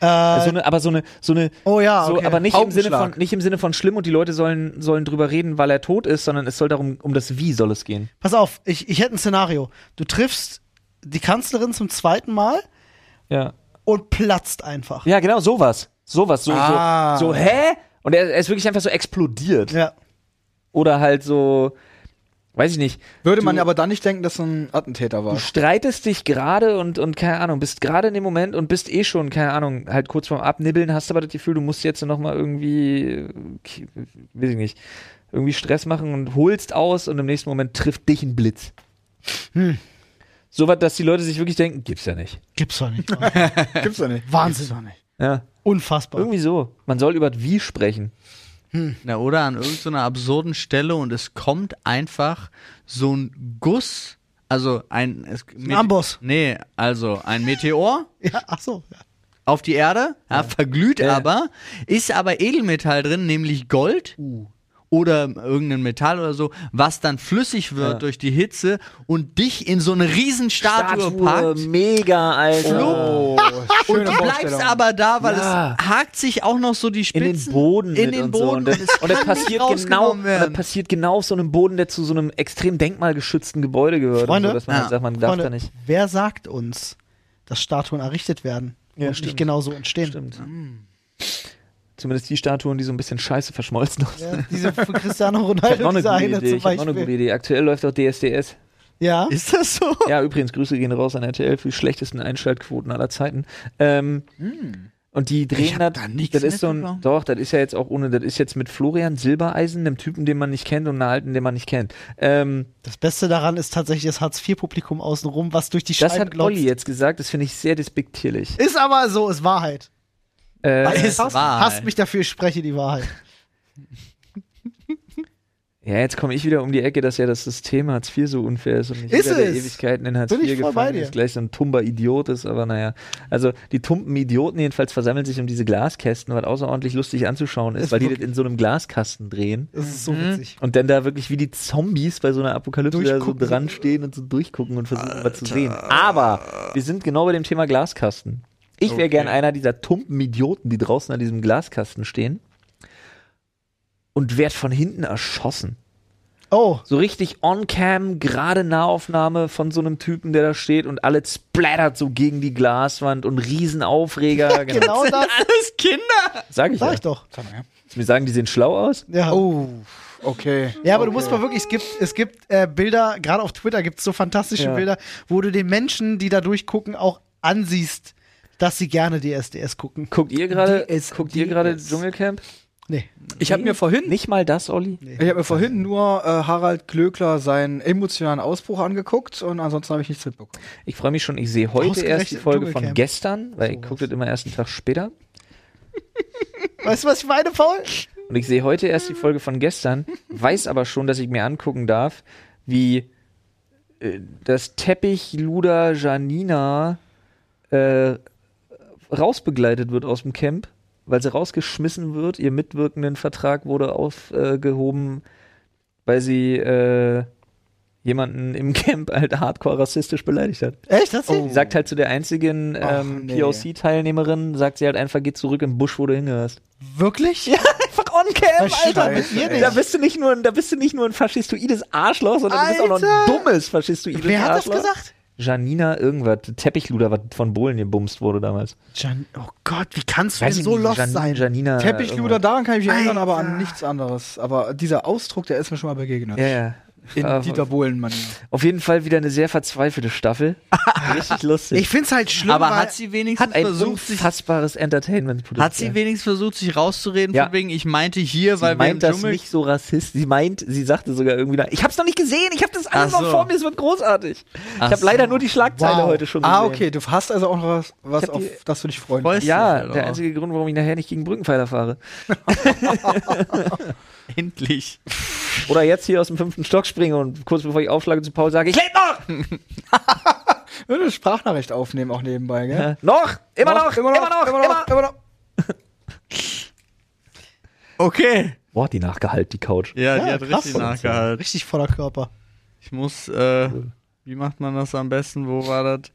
S3: Also
S1: äh,
S3: so eine, aber so eine, so eine,
S1: oh ja,
S3: so,
S1: okay.
S3: aber nicht im, Sinne von,
S4: Paukenschlag.
S3: nicht im Sinne von schlimm und die Leute sollen, sollen drüber reden, weil er tot ist, sondern es soll darum, um das Wie soll es gehen.
S1: Pass auf, ich, ich hätte ein Szenario. Du triffst die Kanzlerin zum zweiten Mal
S3: Ja.
S1: und platzt einfach.
S3: Ja, genau, sowas. Sowas. So,
S4: Ah.
S3: so, so hä? Und er, er ist wirklich einfach so explodiert.
S1: Ja.
S3: Oder halt so, weiß ich nicht,
S4: Würde man aber dann nicht denken, dass so ein Attentäter war.
S3: du streitest dich gerade und, und keine Ahnung, bist gerade in dem Moment und bist eh schon, keine Ahnung, halt kurz vorm Abnibbeln, hast aber das Gefühl, du musst jetzt nochmal irgendwie, äh, k- weiß ich nicht, irgendwie Stress machen und holst aus und im nächsten Moment trifft dich ein Blitz.
S4: Hm.
S3: So was, dass die Leute sich wirklich denken, gibt's ja nicht.
S1: [laughs] Gibt's doch nicht.
S4: [laughs] Gibt's doch nicht.
S1: Wahnsinn doch nicht.
S3: Ja,
S1: Unfassbar.
S3: irgendwie so. Man soll über das Wie sprechen.
S2: Na, oder an irgendeiner absurden Stelle und es kommt einfach so ein Guss, also ein. Es, Mete-
S1: Amboss.
S2: Nee, also ein Meteor
S1: ja, ach so. Ja.
S2: auf die Erde, ja. verglüht
S3: Ja.
S2: aber, ist aber Edelmetall drin, nämlich Gold.
S3: Uh.
S2: Oder irgendein Metall oder so, was dann flüssig wird
S3: Ja.
S2: durch die Hitze und dich in so eine Riesenstatue packt.
S3: mega, Alter.
S4: Oh,
S2: Und
S4: schöne
S2: du
S4: Vorstellung.
S2: bleibst aber da, weil
S3: Ja.
S2: es hakt sich auch noch so die
S3: in
S2: Spitzen.
S3: den Boden
S2: In
S3: mit
S2: den
S3: und
S2: Boden.
S3: so. Und das, und das
S2: kann nicht
S3: passiert genau,
S2: rausgenommen
S3: und
S2: werden.
S3: das passiert genau auf so einem Boden, der zu so einem extrem denkmalgeschützten Gebäude gehört.
S1: Freunde?
S3: und so, dass man
S2: Ja.
S3: halt sagt, man darf
S1: Freunde,
S3: da nicht.
S1: wer sagt uns, dass Statuen errichtet werden
S3: Ja,
S1: und nicht
S3: stimmt.
S1: genauso entstehen?
S3: Stimmt. Zumindest die Statuen, die so ein bisschen scheiße verschmolzen [laughs] aussehen.
S1: Ja, diese von Cristiano
S3: Ich
S1: Ronaldo,
S3: habe noch, eine
S1: diese
S3: gute
S1: eine
S3: Idee.
S1: zum
S3: Ich hab noch eine gute
S1: Beispiel.
S3: Idee. Aktuell läuft auch DSDS.
S1: Ja.
S2: Ist das so?
S3: Ja, übrigens, Grüße gehen raus an RTL für die schlechtesten Einschaltquoten aller Zeiten. Ähm, Und die drehen
S2: Hm. hab
S3: das.
S2: da nichts
S3: Das ist so ein.
S2: mitbekommen.
S3: Doch, das ist ja jetzt auch ohne. Das ist jetzt mit Florian Silbereisen, einem Typen, den man nicht kennt, und einer alten, den man nicht kennt. Ähm,
S1: Das Beste daran ist tatsächlich das Hartz-IV-Publikum außenrum, was durch die
S3: das
S1: Scheiben
S3: hat Olli jetzt gesagt. Das finde ich sehr
S1: [laughs]
S3: despektierlich.
S1: Ist aber so, ist Wahrheit. Also
S3: Äh,
S2: Ist
S1: hasst,
S2: wahr.
S1: hasst mich dafür, ich spreche die Wahrheit.
S3: Ja, jetzt komme ich wieder um die Ecke, dass ja das System Hartz IV so unfair ist und nicht
S1: Ist
S3: jeder, der
S1: es.
S3: Ewigkeiten in Hartz
S1: Bin ich
S3: IV
S1: voll bei
S3: gefangen
S1: dir.
S3: ist, gleich so ein tumber Idiot ist, aber naja. Also die tumpen Idioten jedenfalls versammeln sich um diese Glaskästen, was außerordentlich lustig anzuschauen ist,
S1: Ist
S3: weil die das
S1: wirklich-
S3: in so einem Glaskasten drehen.
S1: Das ist so witzig.
S3: Und dann da wirklich wie die Zombies bei so einer Apokalypse da so
S1: Durchgucken.
S3: dran stehen und so durchgucken und versuchen, was zu sehen. Aber wir sind genau bei dem Thema Glaskasten. Ich wäre gern einer dieser tumpen Idioten, die draußen an diesem Glaskasten stehen und werd von hinten erschossen.
S1: Oh,
S3: So richtig on-cam, gerade Nahaufnahme von so einem Typen, der da steht und alle splattert so gegen die Glaswand und Riesenaufreger.
S1: genau das
S2: Alles Kinder!
S3: Sag ich
S1: sag
S3: ja.
S1: ich doch.
S3: Wir sagen, die sehen schlau aus.
S1: Ja.
S4: Oh, okay.
S1: Ja, aber du
S4: Okay.
S1: musst mal wirklich, es gibt, es gibt äh, Bilder, gerade auf Twitter gibt es so fantastische
S3: Ja.
S1: Bilder, wo du den Menschen, die da durchgucken, auch ansiehst, dass sie gerne die SDS gucken.
S3: Guckt ihr gerade
S4: Die ist-
S3: guckt
S4: die
S3: ihr gerade
S4: ist-
S3: Dschungelcamp?
S1: Nee.
S4: Ich habe mir vorhin
S3: Nicht mal das, Olli?
S4: Ich habe mir vorhin nur äh, Harald Glöckler seinen emotionalen Ausbruch angeguckt und ansonsten habe ich nichts mitbekommen.
S3: Ich freue mich schon, ich sehe heute
S1: Ausgerechnet
S3: erst die Folge von
S1: Dschungelcamp.
S3: gestern, weil ich gucke das immer erst einen Tag später.
S1: Weißt du, was ich meine, Paul?
S3: Und ich
S1: [laughs]
S3: sehe heute erst die Folge von gestern, weiß aber schon, dass ich mir angucken darf, wie äh, das Teppichluder Janina äh, rausbegleitet wird aus dem Camp, weil sie rausgeschmissen wird. Ihr mitwirkenden Vertrag wurde aufgehoben, äh, gehoben, weil sie äh, jemanden im [laughs] Camp halt hardcore rassistisch beleidigt hat.
S1: Echt? Hat sie?
S3: Sie sagt halt zu der einzigen
S4: Ach,
S3: ähm,
S4: nee.
S3: POC-Teilnehmerin, sagt sie halt einfach, geh zurück im Busch, wo du hingehörst.
S1: Wirklich?
S3: Einfach on-cam,
S1: Was stimmt
S3: Alter.
S1: mit ihr
S3: Da
S1: nicht?
S3: bist du nicht nur, ein- da bist du nicht nur ein faschistoides Arschloch, sondern du bist auch noch
S1: Alter!
S3: ein dummes faschistoides
S1: Wer hat das
S3: Arschloch.
S1: gesagt?
S3: Janina irgendwas, Teppichluder, was von Bohlen gebumst wurde damals.
S1: Jan oh Gott, wie kannst du
S3: Weiß
S1: denn
S3: ich
S1: so
S3: nicht,
S1: lost
S3: Jan-
S1: sein?
S3: Janina.
S4: Teppichluder, daran kann ich mich erinnern, aber
S1: Alter.
S4: an nichts anderes. Aber dieser Ausdruck, der ist mir schon mal begegnet.
S3: Ja, ja.
S4: In
S3: Ah,
S4: Dieter Bohlen-Manier.
S3: Auf jeden Fall wieder eine sehr
S1: [laughs]
S3: verzweifelte Staffel. Richtig lustig.
S1: Ich find's halt schlimm,
S2: Aber
S1: weil
S2: hat sie wenigstens
S3: hat ein
S2: versucht, sich
S3: unfassbares entertainment
S2: hat sie wenigstens versucht, sich rauszureden,
S3: Ja.
S2: von wegen, ich meinte hier,
S3: Sie
S2: weil wir im
S3: meint das
S2: Dschungel.
S3: nicht so rassistisch. Sie meint, sie sagte sogar irgendwie, nach- ich hab's noch nicht gesehen, ich hab das alles
S2: Ach
S3: noch
S2: so.
S3: vor mir, es wird großartig. ich
S2: Ach
S3: hab
S2: so.
S3: leider nur die Schlagzeile
S1: Wow.
S3: heute schon gesehen.
S4: Ah, okay, du hast also auch noch was, was
S3: Ich hab
S4: auf
S3: die-
S4: das du dich freuen
S2: Voll-
S4: kannst.
S3: Ja,
S2: Ist das
S3: der
S2: halt auch.
S3: einzige Grund, warum ich nachher nicht gegen Brückenpfeiler fahre.
S2: [laughs] Endlich.
S3: Oder jetzt hier aus dem fünften Stock springe und kurz bevor ich aufschlage zu Paul sage, ich lebe noch!
S2: [laughs]
S4: Ja, eine Sprachnachricht aufnehmen auch nebenbei, gell?
S3: Noch! Immer noch! Immer noch!
S4: immer noch, immer noch.
S2: Okay.
S3: Boah, die nachgehalt, die Couch.
S2: Ja,
S1: Ja,
S2: die hat
S1: krass.
S2: richtig nachgehalten.
S1: richtig voller Körper.
S2: Ich muss, äh, wie macht man das am besten? Wo war das?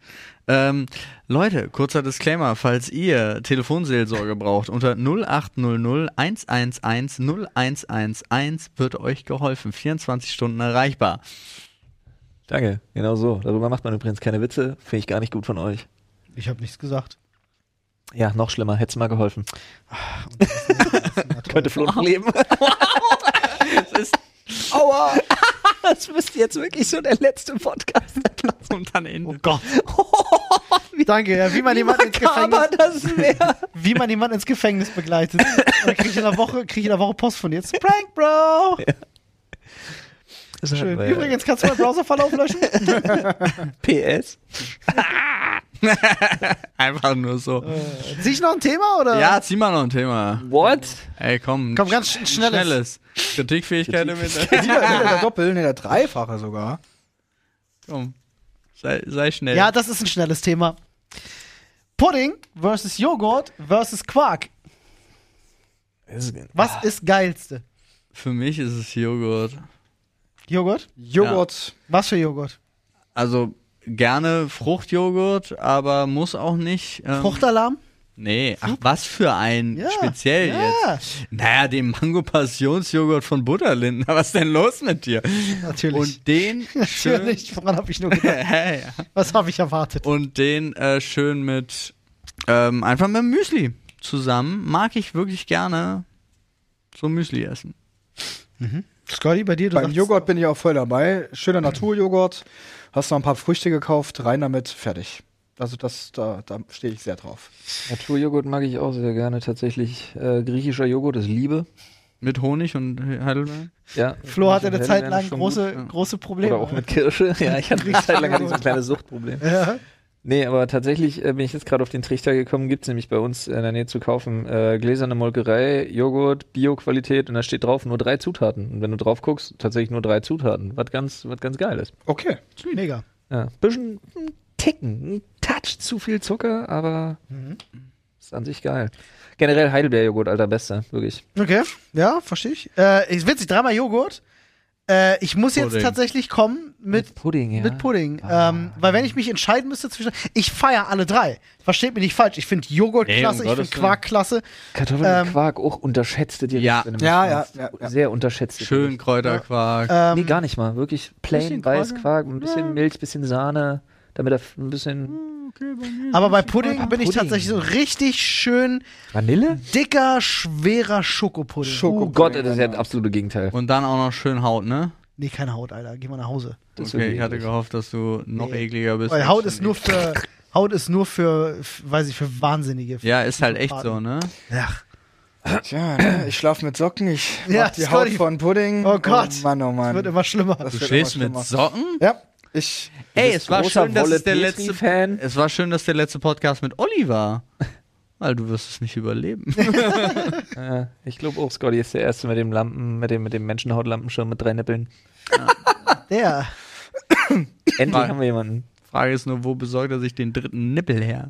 S2: Ähm, Leute, kurzer Disclaimer, falls ihr Telefonseelsorge braucht, unter 0800 111 0111 wird euch geholfen. 24 Stunden erreichbar. [laughs]
S3: Danke, genau so. Darüber macht man übrigens keine Witze. Finde ich gar nicht gut von euch.
S1: Ich habe nichts gesagt.
S3: Ja, noch schlimmer, hätte es mal geholfen. Oh. Könnte [laughs] Flo noch leben.
S4: Aua!
S3: Das müsste jetzt wirklich so der letzte Podcast sein.
S2: Und dann Ende.
S1: Gott. Danke, ja, [laughs] wie man jemanden ins Gefängnis,
S3: das wäre.
S1: wie man jemanden ins Gefängnis begleitet. Und dann krieg ich in der Woche, krieg ich in der Woche Post von dir. It's a Prank, Bro! Schön.
S3: halt, äh,
S1: Übrigens, kannst du meinen
S2: [laughs]
S1: Browserverlauf löschen?
S3: PS.
S2: Einfach nur so.
S1: äh, zieh ich noch ein Thema oder?
S2: Ja, zieh mal noch ein Thema.
S3: What?
S2: Ey, komm.
S1: Komm, ganz sch schnelles.
S2: Schnelles. Kritikfähigkeit im Internet.
S4: Dieter, Dieter, der Doppel, ne, der Dreifache sogar.
S2: [laughs] Komm. Sei, sei schnell.
S1: Ja, das ist ein schnelles Thema. Pudding versus Joghurt versus Quark.
S2: Ah.
S1: Was ist geilste?
S2: Für mich ist es Joghurt.
S1: Joghurt?
S4: Joghurt.
S1: Was für Joghurt?
S2: Also gerne Fruchtjoghurt, aber muss auch nicht. Ähm,
S1: Fruchtalarm?
S2: Nee, ach, was für ein
S1: Ja,
S2: speziell
S1: ja.
S2: jetzt. Naja, den Mango-Passionsjoghurt von [laughs] Butterlindner, was ist denn los mit dir?
S1: Natürlich.
S2: Und den
S1: [laughs]
S2: schön, [laughs]
S1: Natürlich, woran habe ich nur gedacht?
S2: ja, ja.
S1: Was habe ich erwartet?
S2: Und den äh, schön mit, ähm, einfach mit dem Müsli zusammen. Mag ich wirklich gerne so Müsli essen.
S1: Scotty, bei dir? Du
S4: Beim
S1: sagst-
S4: Joghurt bin ich auch voll dabei. Schöner Naturjoghurt. Hast noch ein paar Früchte gekauft, rein damit, fertig. Also das, da, da stehe ich sehr drauf.
S3: Naturjoghurt mag ich auch sehr gerne tatsächlich. Äh, griechischer Joghurt ist Liebe.
S2: Mit Honig und Heidelbeeren.
S3: Ja.
S1: Flo hatte eine
S3: Hellbeeren
S1: Zeit
S3: ist
S1: lang
S3: schon
S1: große,
S2: ja.
S1: große Probleme.
S3: Oder auch mit Kirsche. Ja, ich hatte eine Zeit lang hatte ich so ein kleines Suchtproblem.
S1: Ja.
S3: Nee, aber tatsächlich äh, bin ich jetzt gerade auf den Trichter gekommen, gibt's nämlich bei uns in der Nähe zu kaufen äh, gläserne Molkerei, Joghurt, Bio-Qualität und da steht drauf nur drei Zutaten. Und wenn du drauf guckst, tatsächlich nur drei Zutaten, was ganz, was ganz geil ist.
S4: Okay.
S1: Mega.
S3: Ja, bisschen ein Ticken, ein Touch zu viel Zucker, aber ist an sich geil. Generell Heidelbeerjoghurt, alter Bester, wirklich.
S1: Okay, ja, verstehe ich. Äh, ist witzig, dreimal Joghurt. Äh, ich muss jetzt
S2: Pudding.
S1: tatsächlich kommen mit,
S3: Pudding, ja.
S1: mit Pudding. Ähm, weil wenn ich mich entscheiden müsste zwischen. Ich feiere alle drei. Versteht mich nicht falsch. Ich finde Joghurt
S2: Nee, um
S1: klasse, ich
S2: Gottes
S1: finde
S2: Willen.
S1: Quark klasse.
S3: Kartoffeln
S1: Ähm,
S3: und Quark, auch unterschätzte Gerichte.
S2: Ja.
S3: wenn du mich
S4: Ja, ja,
S3: fragst.
S4: ja, ja.
S3: Sehr unterschätzte
S2: Schön Kräuterquark.
S1: Ähm,
S3: Nee, gar nicht mal. Wirklich plain
S2: Bisschen
S3: weiß
S2: Quark. ne?
S3: Quark, ein bisschen Milch, bisschen Sahne, damit er f- ein bisschen Hm,
S1: aber bei Pudding bin ich
S3: Pudding.
S1: tatsächlich so richtig schön
S3: Vanille?
S1: dicker, schwerer Schokopudding.
S4: Schoko-
S3: Oh
S4: Pudding,
S3: Gott, das ist ja
S4: genau.
S3: das absolute Gegenteil.
S2: Und dann auch noch schön Haut, ne?
S1: nee, keine Haut, Alter. Geh mal nach Hause.
S3: Das ist
S2: okay,
S3: wirklich
S2: ich hatte
S3: eklig.
S2: gehofft, dass du noch
S1: Nee.
S2: ekliger bist.
S1: Weil
S2: als
S1: Haut
S2: schon
S1: ist nur
S2: ich.
S1: für. Haut ist nur für, f- weiß ich, für Wahnsinnige.
S2: Ja, ist halt echt so, ne?
S1: Ach,
S4: Tja, ne, ich schlafe mit Socken, ich
S1: [laughs] Ja,
S4: mach die
S1: Scotty.
S4: Haut von Pudding.
S1: Oh Gott.
S4: Oh Mann, oh Mann.
S1: es wird immer schlimmer.
S4: Das
S2: Du
S4: wird
S2: schläfst
S4: immer
S2: mit
S4: schlimmer.
S2: Socken?
S4: Ja, ich.
S2: Ey,
S3: Du bist
S2: es war
S3: großer
S2: schön, dass es der
S3: Wolle
S2: letzte
S3: Petri-Fan.
S2: Es war schön, dass der letzte Podcast mit Olli war. Weil du wirst es nicht überleben. [laughs]
S3: Äh, ich glaube auch, Scotty ist der Erste mit dem Lampen, mit dem, mit dem Menschenhautlampenschirm mit drei Nippeln.
S1: Der.
S3: Endlich
S2: Mal.
S3: haben wir jemanden.
S2: Frage ist nur, wo besorgt er sich den dritten Nippel her?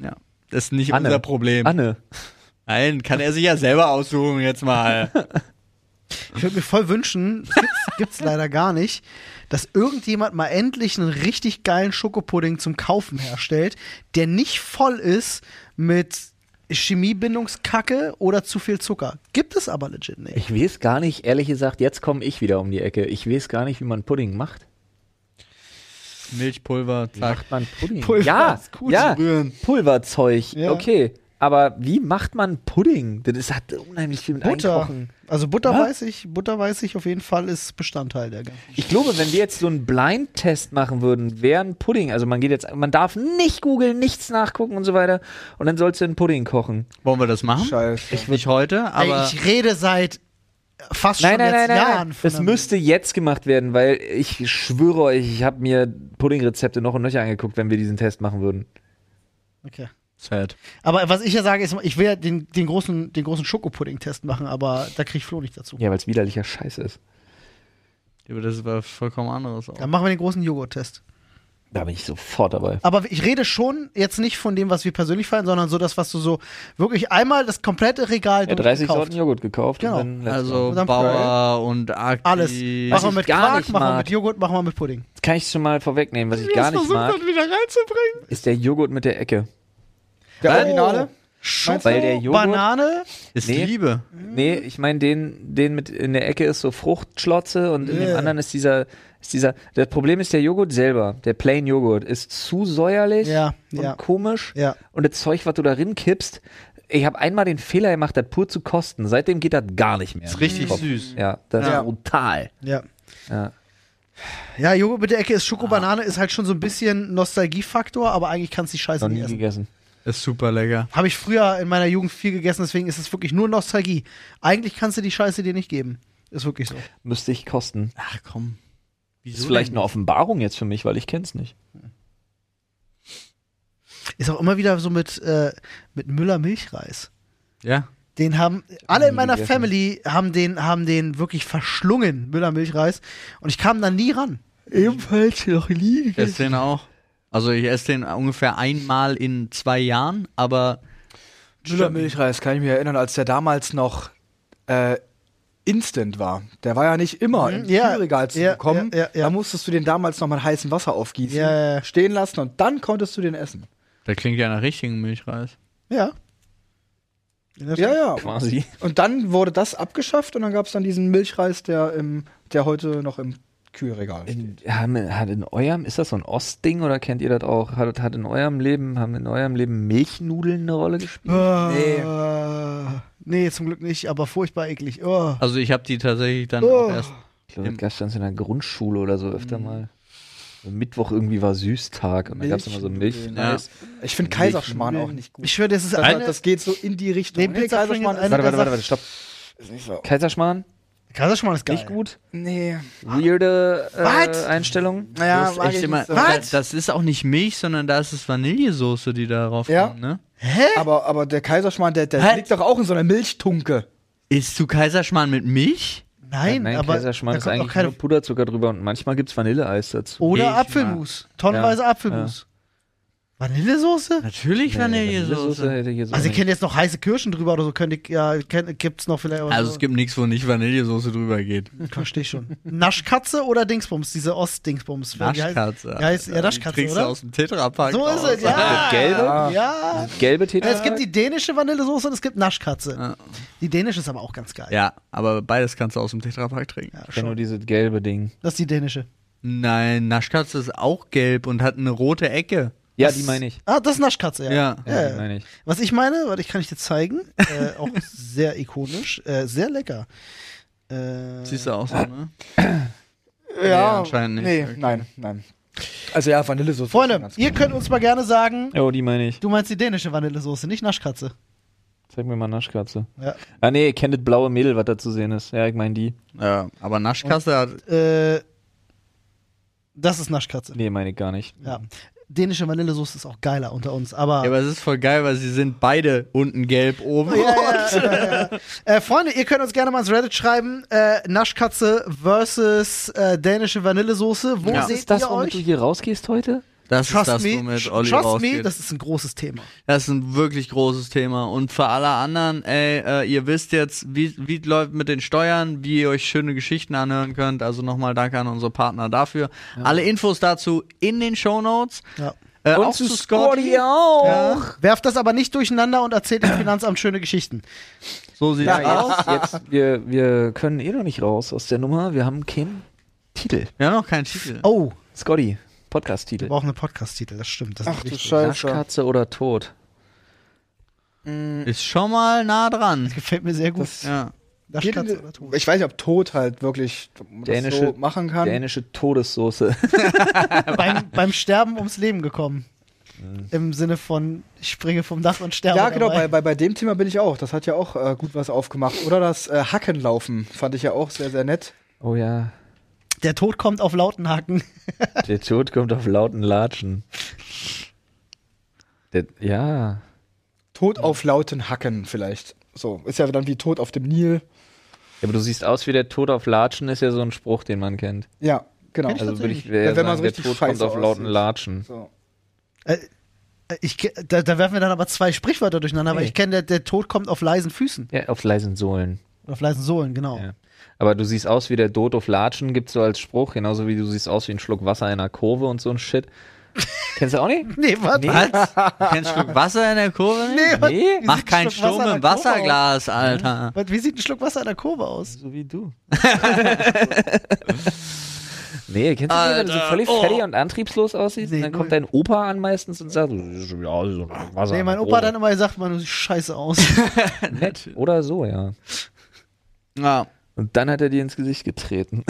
S2: ja. Das ist nicht
S3: Anne.
S2: unser Problem.
S3: Anne.
S2: Nein, kann er sich ja selber aussuchen jetzt mal.
S1: Ich würde mir voll wünschen, das gibt's, gibt's leider gar nicht, dass irgendjemand mal endlich einen richtig geilen Schokopudding zum Kaufen herstellt, der nicht voll ist mit Chemiebindungskacke oder zu viel Zucker. Gibt es aber legit nicht.
S3: Ich weiß gar nicht, ehrlich gesagt, jetzt komme ich wieder um die Ecke. Ich weiß gar nicht, wie man Pudding macht.
S2: Milchpulver,
S3: Wie
S2: zack.
S3: macht man Pudding?
S4: Pulver
S3: ja,
S4: ist gut
S3: ja,
S4: zu rühren.
S3: Pulverzeug,
S4: Ja.
S3: okay. Aber wie macht man Pudding? Das ist- hat unheimlich viel mit
S1: Butter.
S3: Einkochen.
S1: Also Butter
S3: Ja.
S1: weiß ich, Butter weiß ich auf jeden Fall ist Bestandteil der ganzen.
S3: Ich glaube, wenn wir jetzt so einen Blind-Test machen würden, wäre ein Pudding, also man geht jetzt, man darf nicht googeln, nichts nachgucken und so weiter und dann sollst du einen Pudding kochen.
S2: Wollen wir das machen?
S4: Scheiße.
S2: Ich nicht heute, aber
S1: Ey, ich rede seit fast
S3: Nein,
S1: schon
S3: nein,
S1: jetzt
S3: nein, nein,
S1: Jahren
S3: nein.
S1: von
S3: Das
S1: einem-
S3: müsste jetzt gemacht werden, weil ich schwöre euch, ich habe mir Puddingrezepte noch und nöcher angeguckt, wenn wir diesen Test machen würden.
S1: Okay.
S2: sad.
S1: Aber was ich ja sage, ist, ich will ja den, den großen, den großen Schokopudding-Test machen, aber da kriege ich Flo nicht dazu.
S3: Ja, weil es widerlicher Scheiß ist.
S2: Aber das war vollkommen anderes auch.
S1: Dann machen wir den großen Joghurt-Test.
S3: Da bin ich sofort dabei.
S1: Aber ich rede schon jetzt nicht von dem, was wir persönlich feiern, sondern so das, was du so wirklich einmal das komplette Regal
S3: Ja,
S1: ja,
S3: 30 Sorten
S1: gekauft.
S3: Joghurt gekauft.
S1: Genau.
S3: Und dann
S2: Also
S1: Verdammt
S2: Bauer und Aki.
S1: Alles.
S3: Was
S1: Machen wir
S3: ich
S1: mit
S3: gar
S1: Quark,
S3: nicht
S1: machen wir
S3: mag.
S1: mit Joghurt, machen wir mit Pudding.
S3: Jetzt kann ich schon mal vorwegnehmen, was ich gar nicht mag,
S2: wieder reinzubringen.
S3: ist der Joghurt mit der Ecke.
S4: Der
S2: Was?
S4: Originale?
S1: Schoko,
S3: Weil der Joghurt-
S1: Banane,
S2: Ist
S3: Nee.
S2: Liebe.
S3: Nee, ich meine, den, den mit in der Ecke ist so Fruchtschlotze und in dem
S1: Yeah.
S3: anderen ist dieser, ist dieser. Das Problem ist, der Joghurt selber, der Plain Joghurt, ist zu säuerlich
S1: Ja,
S3: und
S1: ja.
S3: komisch.
S1: Ja.
S3: Und das Zeug, was du da rin kippst, ich habe einmal den Fehler gemacht, das pur zu kosten. Seitdem geht das gar nicht mehr.
S2: Ist richtig süß.
S3: Ja, das
S2: Ja.
S3: ist brutal.
S1: ja.
S3: Ja.
S1: Ja, Joghurt mit der Ecke ist
S3: Ah.
S1: Schokobanane, ist halt schon so ein bisschen Nostalgiefaktor, aber eigentlich kannst du die Scheiße
S3: Noch
S1: nicht
S3: nie
S1: essen.
S3: gegessen.
S2: Ist super lecker.
S1: Habe ich früher in meiner Jugend viel gegessen, deswegen ist es wirklich nur Nostalgie. Eigentlich kannst du die Scheiße dir nicht geben. Ist wirklich so.
S3: Müsste ich kosten.
S2: Ach komm. Wieso
S3: Ist vielleicht
S2: denn?
S3: eine Offenbarung jetzt für mich, weil ich kenn's nicht.
S1: Ist auch immer wieder so mit, äh, mit Müller Milchreis.
S2: Ja.
S1: Den haben alle in meiner
S3: gegessen.
S1: Family haben den, haben den wirklich verschlungen, Müller Milchreis. Und ich kam da nie ran.
S4: Ebenfalls noch nie.
S2: Ich esse den auch. Also ich esse den ungefähr einmal in zwei Jahren, aber
S4: Müller Milchreis kann ich mich erinnern, als der damals noch äh, instant war. Der war ja nicht immer im
S1: Mhm. ja,
S4: Kühlregal zu
S1: ja,
S4: bekommen.
S1: ja, ja, ja.
S4: Da musstest du den damals noch mit heißem Wasser aufgießen,
S1: Ja, ja, ja.
S4: stehen lassen und dann konntest du den essen.
S2: der klingt ja nach richtigen Milchreis.
S1: Ja.
S4: Ja, ja.
S3: Quasi.
S4: Und dann wurde das abgeschafft und dann gab es dann diesen Milchreis, der, im, der heute noch im Kühlregal ist.
S3: In, haben, hat in eurem, ist das so ein Ostding oder kennt ihr das auch? Hat, hat in eurem Leben, haben in eurem Leben Milchnudeln eine Rolle gespielt?
S1: Äh, Ah. nee, zum Glück nicht, aber furchtbar eklig. Oh.
S2: Also ich habe die tatsächlich dann
S1: Oh.
S2: auch erst.
S3: Ich glaube, das gab es ganz in der Grundschule oder so öfter
S1: Hm.
S3: mal. So Mittwoch irgendwie war Süßtag und da gab es immer so
S4: Milchnudeln,
S3: Milchreis.
S4: Ich finde Kaiserschmarrn auch nicht gut.
S1: Ich schwöre, das ist
S4: das,
S1: eine.
S4: das geht so in die Richtung.
S1: Neben Pizza Pringles
S4: ist
S1: eine-
S3: Warte, warte,
S1: Sache-
S3: warte, warte, stopp.
S4: ist nicht so.
S3: Kaiserschmarrn,
S1: Kaiserschmarrn ist geil.
S3: nicht gut.
S4: Nee.
S3: Weirde
S1: Was?
S3: äh, Einstellung.
S4: Naja,
S2: das, ist
S4: mag ich
S2: echt
S4: nicht
S2: immer,
S4: so.
S2: da, das ist auch nicht Milch, sondern da ist es Vanillesoße, die da drauf
S4: Ja.
S2: kommt, ne?
S1: Hä?
S4: Aber, aber der Kaiserschmarrn, der, der
S2: Halt.
S4: liegt doch auch in so einer Milchtunke.
S2: Isst du Kaiserschmarrn mit Milch?
S1: Nein,
S3: Nein,
S1: aber
S3: Kaiserschmarrn
S1: da
S3: ist
S1: kommt auch Oh,
S3: eigentlich
S1: keine.
S3: nur Puderzucker drüber und manchmal gibt es Vanilleeis dazu.
S1: Oder
S2: Ich
S1: Apfelmus. Tonnenweise
S3: Ja,
S1: Apfelmus. Vanillesoße?
S2: Natürlich Vanillesoße.
S3: hätte ich jetzt auch
S1: Also ihr
S3: nicht.
S1: kennt jetzt noch heiße Kirschen drüber oder so, könnte ich, ja, kennt- gibt's noch vielleicht. aber
S2: Also
S1: so.
S2: es gibt nichts, wo nicht Vanillesoße drüber geht.
S1: Verstehe schon. Naschkatze oder Dingsbums? Diese Ost-Dingsbums. Wie heißt-
S2: Naschkatze.
S1: Ja, heißt, ja
S2: Die
S1: Naschkatze,
S2: Trinkst du
S1: oder?
S2: aus dem Tetrapack.
S1: So ist
S2: raus.
S1: es, ja.
S3: Das Gelbe?
S1: Ja.
S3: Gelbe Tee.
S1: Es gibt die dänische Vanillesoße und es gibt Naschkatze. Die dänische ist aber auch ganz geil.
S2: Ja, aber beides kannst du aus dem Tetrapack trinken.
S1: Ja,
S3: Ich kenn nur
S1: schon.
S3: dieses gelbe Ding.
S1: Das ist die dänische.
S2: Nein, Naschkatze ist auch gelb und hat eine rote Ecke.
S3: Ja, die meine ich.
S1: Ah, das ist Naschkatze, ja.
S2: Ja.
S3: Ja, die meine ich.
S1: Was ich meine, warte, ich kann ich dir zeigen, äh, auch sehr ikonisch, äh, sehr lecker. Äh,
S2: Siehst du auch so, ne?
S4: Ja,
S2: anscheinend nicht.
S4: Nee,
S2: Okay.
S4: nein, nein. Also ja, Vanillesoße. ist schon
S1: Freunde,
S4: ganz
S1: ihr könnt uns mal gerne sagen,
S3: Oh, die meine ich.
S1: du meinst die dänische Vanillesoße, nicht Naschkatze.
S3: Zeig mir mal Naschkatze.
S1: Ja.
S3: Ah nee, ihr kennt das blaue Mädel, was da zu sehen ist. Ja, ich meine die.
S2: Ja, aber Naschkatze hat.
S1: Äh, das ist Naschkatze.
S3: Nee, meine ich gar nicht.
S1: Ja. Mhm. dänische Vanillesoße ist auch geiler unter uns, aber.
S2: Ja, aber es ist voll geil, weil sie sind beide unten gelb, oben
S1: Ja,
S2: rot.
S1: ja, ja, ja. Äh, Freunde, ihr könnt uns gerne mal ins Reddit schreiben, äh, Naschkatze versus äh, dänische Vanillesoße. Wo
S2: Ja.
S1: seht
S3: Ist das,
S1: ihr
S3: womit du
S1: euch?
S3: hier rausgehst heute?
S2: Das ist
S1: Trust
S2: das,
S1: me,
S2: womit Olli
S1: trust me,
S2: rausgeht.
S1: das ist ein großes Thema.
S2: Das ist ein wirklich großes Thema. Und für alle anderen, ey, äh, ihr wisst jetzt, wie wie es läuft mit den Steuern, wie ihr euch schöne Geschichten anhören könnt. Also nochmal danke an unsere Partner dafür. Alle Infos dazu in den Shownotes.
S1: Ja.
S2: Äh,
S3: Und
S2: auch
S3: zu
S2: zu Scotty.
S3: Scotty auch.
S2: Ja,
S1: Werft das aber nicht durcheinander und erzählt dem Finanzamt schöne Geschichten.
S2: so sieht's aus.
S3: Ja, jetzt, jetzt, wir, wir können eh noch nicht raus aus der Nummer. Wir haben keinen Titel.
S2: Wir haben noch keinen Titel.
S1: Oh,
S3: Scotty,
S1: wir
S3: Podcast-Titel.
S1: brauchen einen Podcast-Titel, das stimmt. Das
S4: Ach
S1: ist
S4: du
S1: wichtig.
S4: Scheiße.
S3: Naschkatze oder Tod?
S2: Ist schon mal nah dran.
S1: Gefällt mir sehr gut.
S2: Ja.
S4: Geht
S1: Naschkatze
S4: in-
S1: oder Tod?
S4: Ich weiß nicht, ob Tod halt wirklich ob man das
S3: Dänische-
S4: so machen kann.
S3: Dänische
S4: [laughs]
S3: Todessoße.
S1: beim, beim Sterben ums Leben gekommen. Im Sinne von, ich springe vom Dach und sterbe.
S4: ja, genau, bei,
S1: dabei.
S4: bei, bei dem Thema bin ich auch. Das hat ja auch äh, gut was aufgemacht. Oder das äh, Hackenlaufen fand ich ja auch sehr, sehr nett.
S3: Oh ja.
S1: Der Tod kommt auf lauten Haken.
S3: Der Tod kommt auf lauten Latschen. Der, ja.
S4: Tod auf lauten Hacken vielleicht. So, ist ja dann wie Tod auf dem Nil.
S3: Ja, Aber du siehst aus wie der Tod auf Latschen, ist ja so ein Spruch, den man kennt.
S4: Ja, genau.
S1: Kenn
S3: Also würde ich
S4: Ja,
S3: wär,
S4: wenn
S3: sagen,
S4: man so
S3: der
S4: richtig
S3: Tod kommt
S4: scheiße
S3: auf lauten
S4: aussieht.
S3: Latschen.
S4: So.
S1: Äh, Ich, ke- da, da werfen wir dann aber zwei Sprichwörter durcheinander, weil
S3: Nee.
S1: ich kenne, der, der Tod kommt auf leisen Füßen.
S3: Ja, auf leisen Sohlen.
S1: Oder auf leisen Sohlen, genau.
S3: Ja. Aber du siehst aus wie der Tod auf Latschen, gibt's so als Spruch, genauso wie du siehst aus wie ein Schluck Wasser in einer Kurve und so ein Shit. Kennst du auch nicht?
S1: Nee, warte.
S2: Was? Kein Schluck Wasser in der Kurve? nicht?
S1: Nee, warte.
S3: Nee.
S1: Wie
S2: Mach
S1: sieht ein
S2: keinen
S1: Schluck Wasser
S2: Sturm
S1: an der
S2: im
S1: Kurve
S2: Wasserglas, Alter.
S1: aus? Warte, Wie sieht ein Schluck Wasser an der Kurve aus?
S3: So wie du. [laughs] nee, kennst du nicht, wenn du so
S2: Alter,
S3: völlig
S2: oh.
S3: fertig und antriebslos aussiehst?
S1: Nee,
S3: und dann kommt
S1: null.
S3: dein Opa an meistens und sagt, du siehst schon wieder aus wie so ein Wasser.
S1: Nee,
S3: in
S1: mein
S3: der
S1: Opa hat
S3: Kurve."
S1: dann immer gesagt, man, du siehst scheiße aus.
S3: Nett. Oder so, ja.
S2: Ja.
S3: Und dann hat er dir ins Gesicht getreten.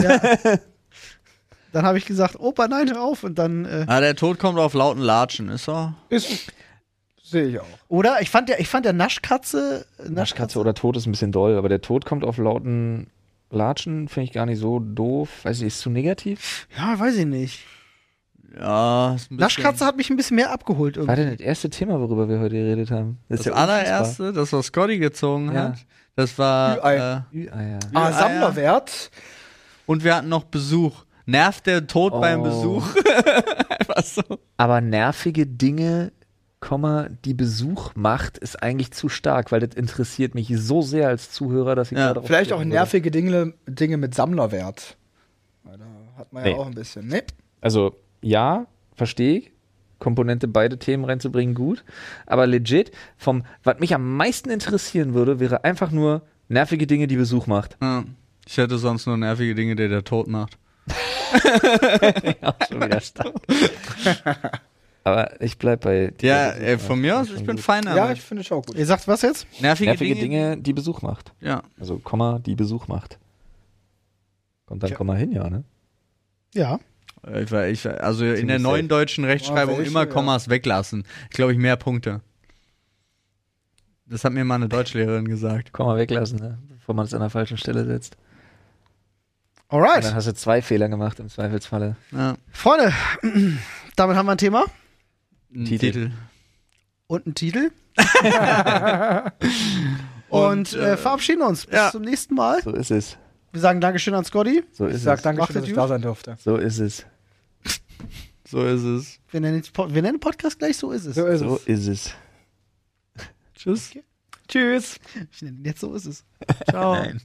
S1: dann habe ich gesagt, Opa, nein, hör auf. Und dann, äh,
S2: Ah, der Tod kommt auf lauten Latschen, ist so.
S4: Ist, sehe ich auch.
S1: oder? Ich fand ja, ich fand der Naschkatze,
S2: Ne?
S3: Naschkatze oder Tod ist ein bisschen doll, aber der Tod kommt auf lauten Latschen, finde ich gar nicht so doof. Weiß nicht, ist zu negativ?
S1: Ja, weiß ich nicht.
S2: Ja, ist ein bisschen-
S1: Naschkatze hat mich ein bisschen mehr abgeholt irgendwie.
S3: War denn das erste Thema, worüber wir heute geredet haben?
S2: Das
S3: ja unfassbar.
S2: allererste, das was Scotty gezogen
S3: Ja.
S2: hat, das war.
S4: Ü-Ei.
S2: Äh,
S3: Ü-Eier.
S4: Ah,
S2: Eier.
S4: Sammlerwert.
S2: und wir hatten noch Besuch. Nervt der Tod beim
S3: Oh.
S2: Besuch?
S4: [laughs]
S2: Einfach so.
S3: Aber nervige Dinge, Komma, die Besuch macht, ist eigentlich zu stark, weil das interessiert mich so sehr als Zuhörer, dass ich
S2: Ja,
S3: da drauf
S4: Vielleicht auch
S3: klicken würde.
S4: nervige Dinge, Dinge mit Sammlerwert. Weil Da hat man ja
S3: Nee.
S4: auch ein bisschen. Nee.
S3: Also ja, verstehe ich. Komponente beide Themen reinzubringen, gut. Aber legit, vom, was mich am meisten interessieren würde, wäre einfach nur nervige Dinge, die Besuch macht.
S2: Ja. Ich hätte sonst nur nervige Dinge, die der Tod macht.
S3: Auch schon wieder stark. Aber ich bleib bei
S2: Ja,
S3: die Besuch
S2: ey, äh, von
S3: macht.
S2: mir
S3: Ist
S2: aus,
S3: schon
S2: ich bin
S3: gut.
S2: fein
S4: Ja,
S2: damit.
S4: ich finde es auch gut.
S1: Ihr sagt was jetzt?
S2: nervige,
S3: nervige
S2: Dinge,
S3: Dinge, die Besuch macht.
S2: Ja.
S3: Also Komma, die Besuch macht. Kommt dann
S1: Tja.
S3: Komma hin, ja, ne?
S1: Ja.
S2: Ich, war- ich, war- also in der
S3: Ziemlich
S2: neuen
S3: safe.
S2: deutschen Rechtschreibung
S4: Oh, welche,
S2: immer
S4: ja.
S2: Kommas weglassen. Ich glaube, ich mehr Punkte. Das hat mir mal eine Deutschlehrerin gesagt.
S3: Komma weglassen, ne? Bevor man es an der falschen Stelle setzt. Und dann
S1: Alright.
S3: hast du zwei Fehler gemacht im Zweifelsfalle.
S2: Ja.
S1: Freunde, [clears throat] damit haben wir ein Thema
S2: Ein
S3: Titel.
S2: Titel.
S1: und einen Titel. und
S2: Und, äh,
S1: äh, verabschieden uns. Bis
S2: ja.
S1: zum nächsten Mal.
S3: So ist es.
S1: Wir sagen Dankeschön an Scotty.
S3: So
S4: Ich
S3: ist
S4: sag
S3: es.
S4: danke,
S1: Macht
S4: dass
S1: das
S4: ich
S1: gut?
S4: da sein durfte.
S3: So ist es.
S2: So ist es.
S1: Wir nennen, jetzt Po- wir nennen den Podcast gleich, so ist es.
S4: So ist
S3: So
S4: es.
S3: ist es.
S2: Tschüss.
S4: Tschüss.
S1: Ich nenne ihn jetzt, so ist es.
S2: Ciao.
S3: Nein.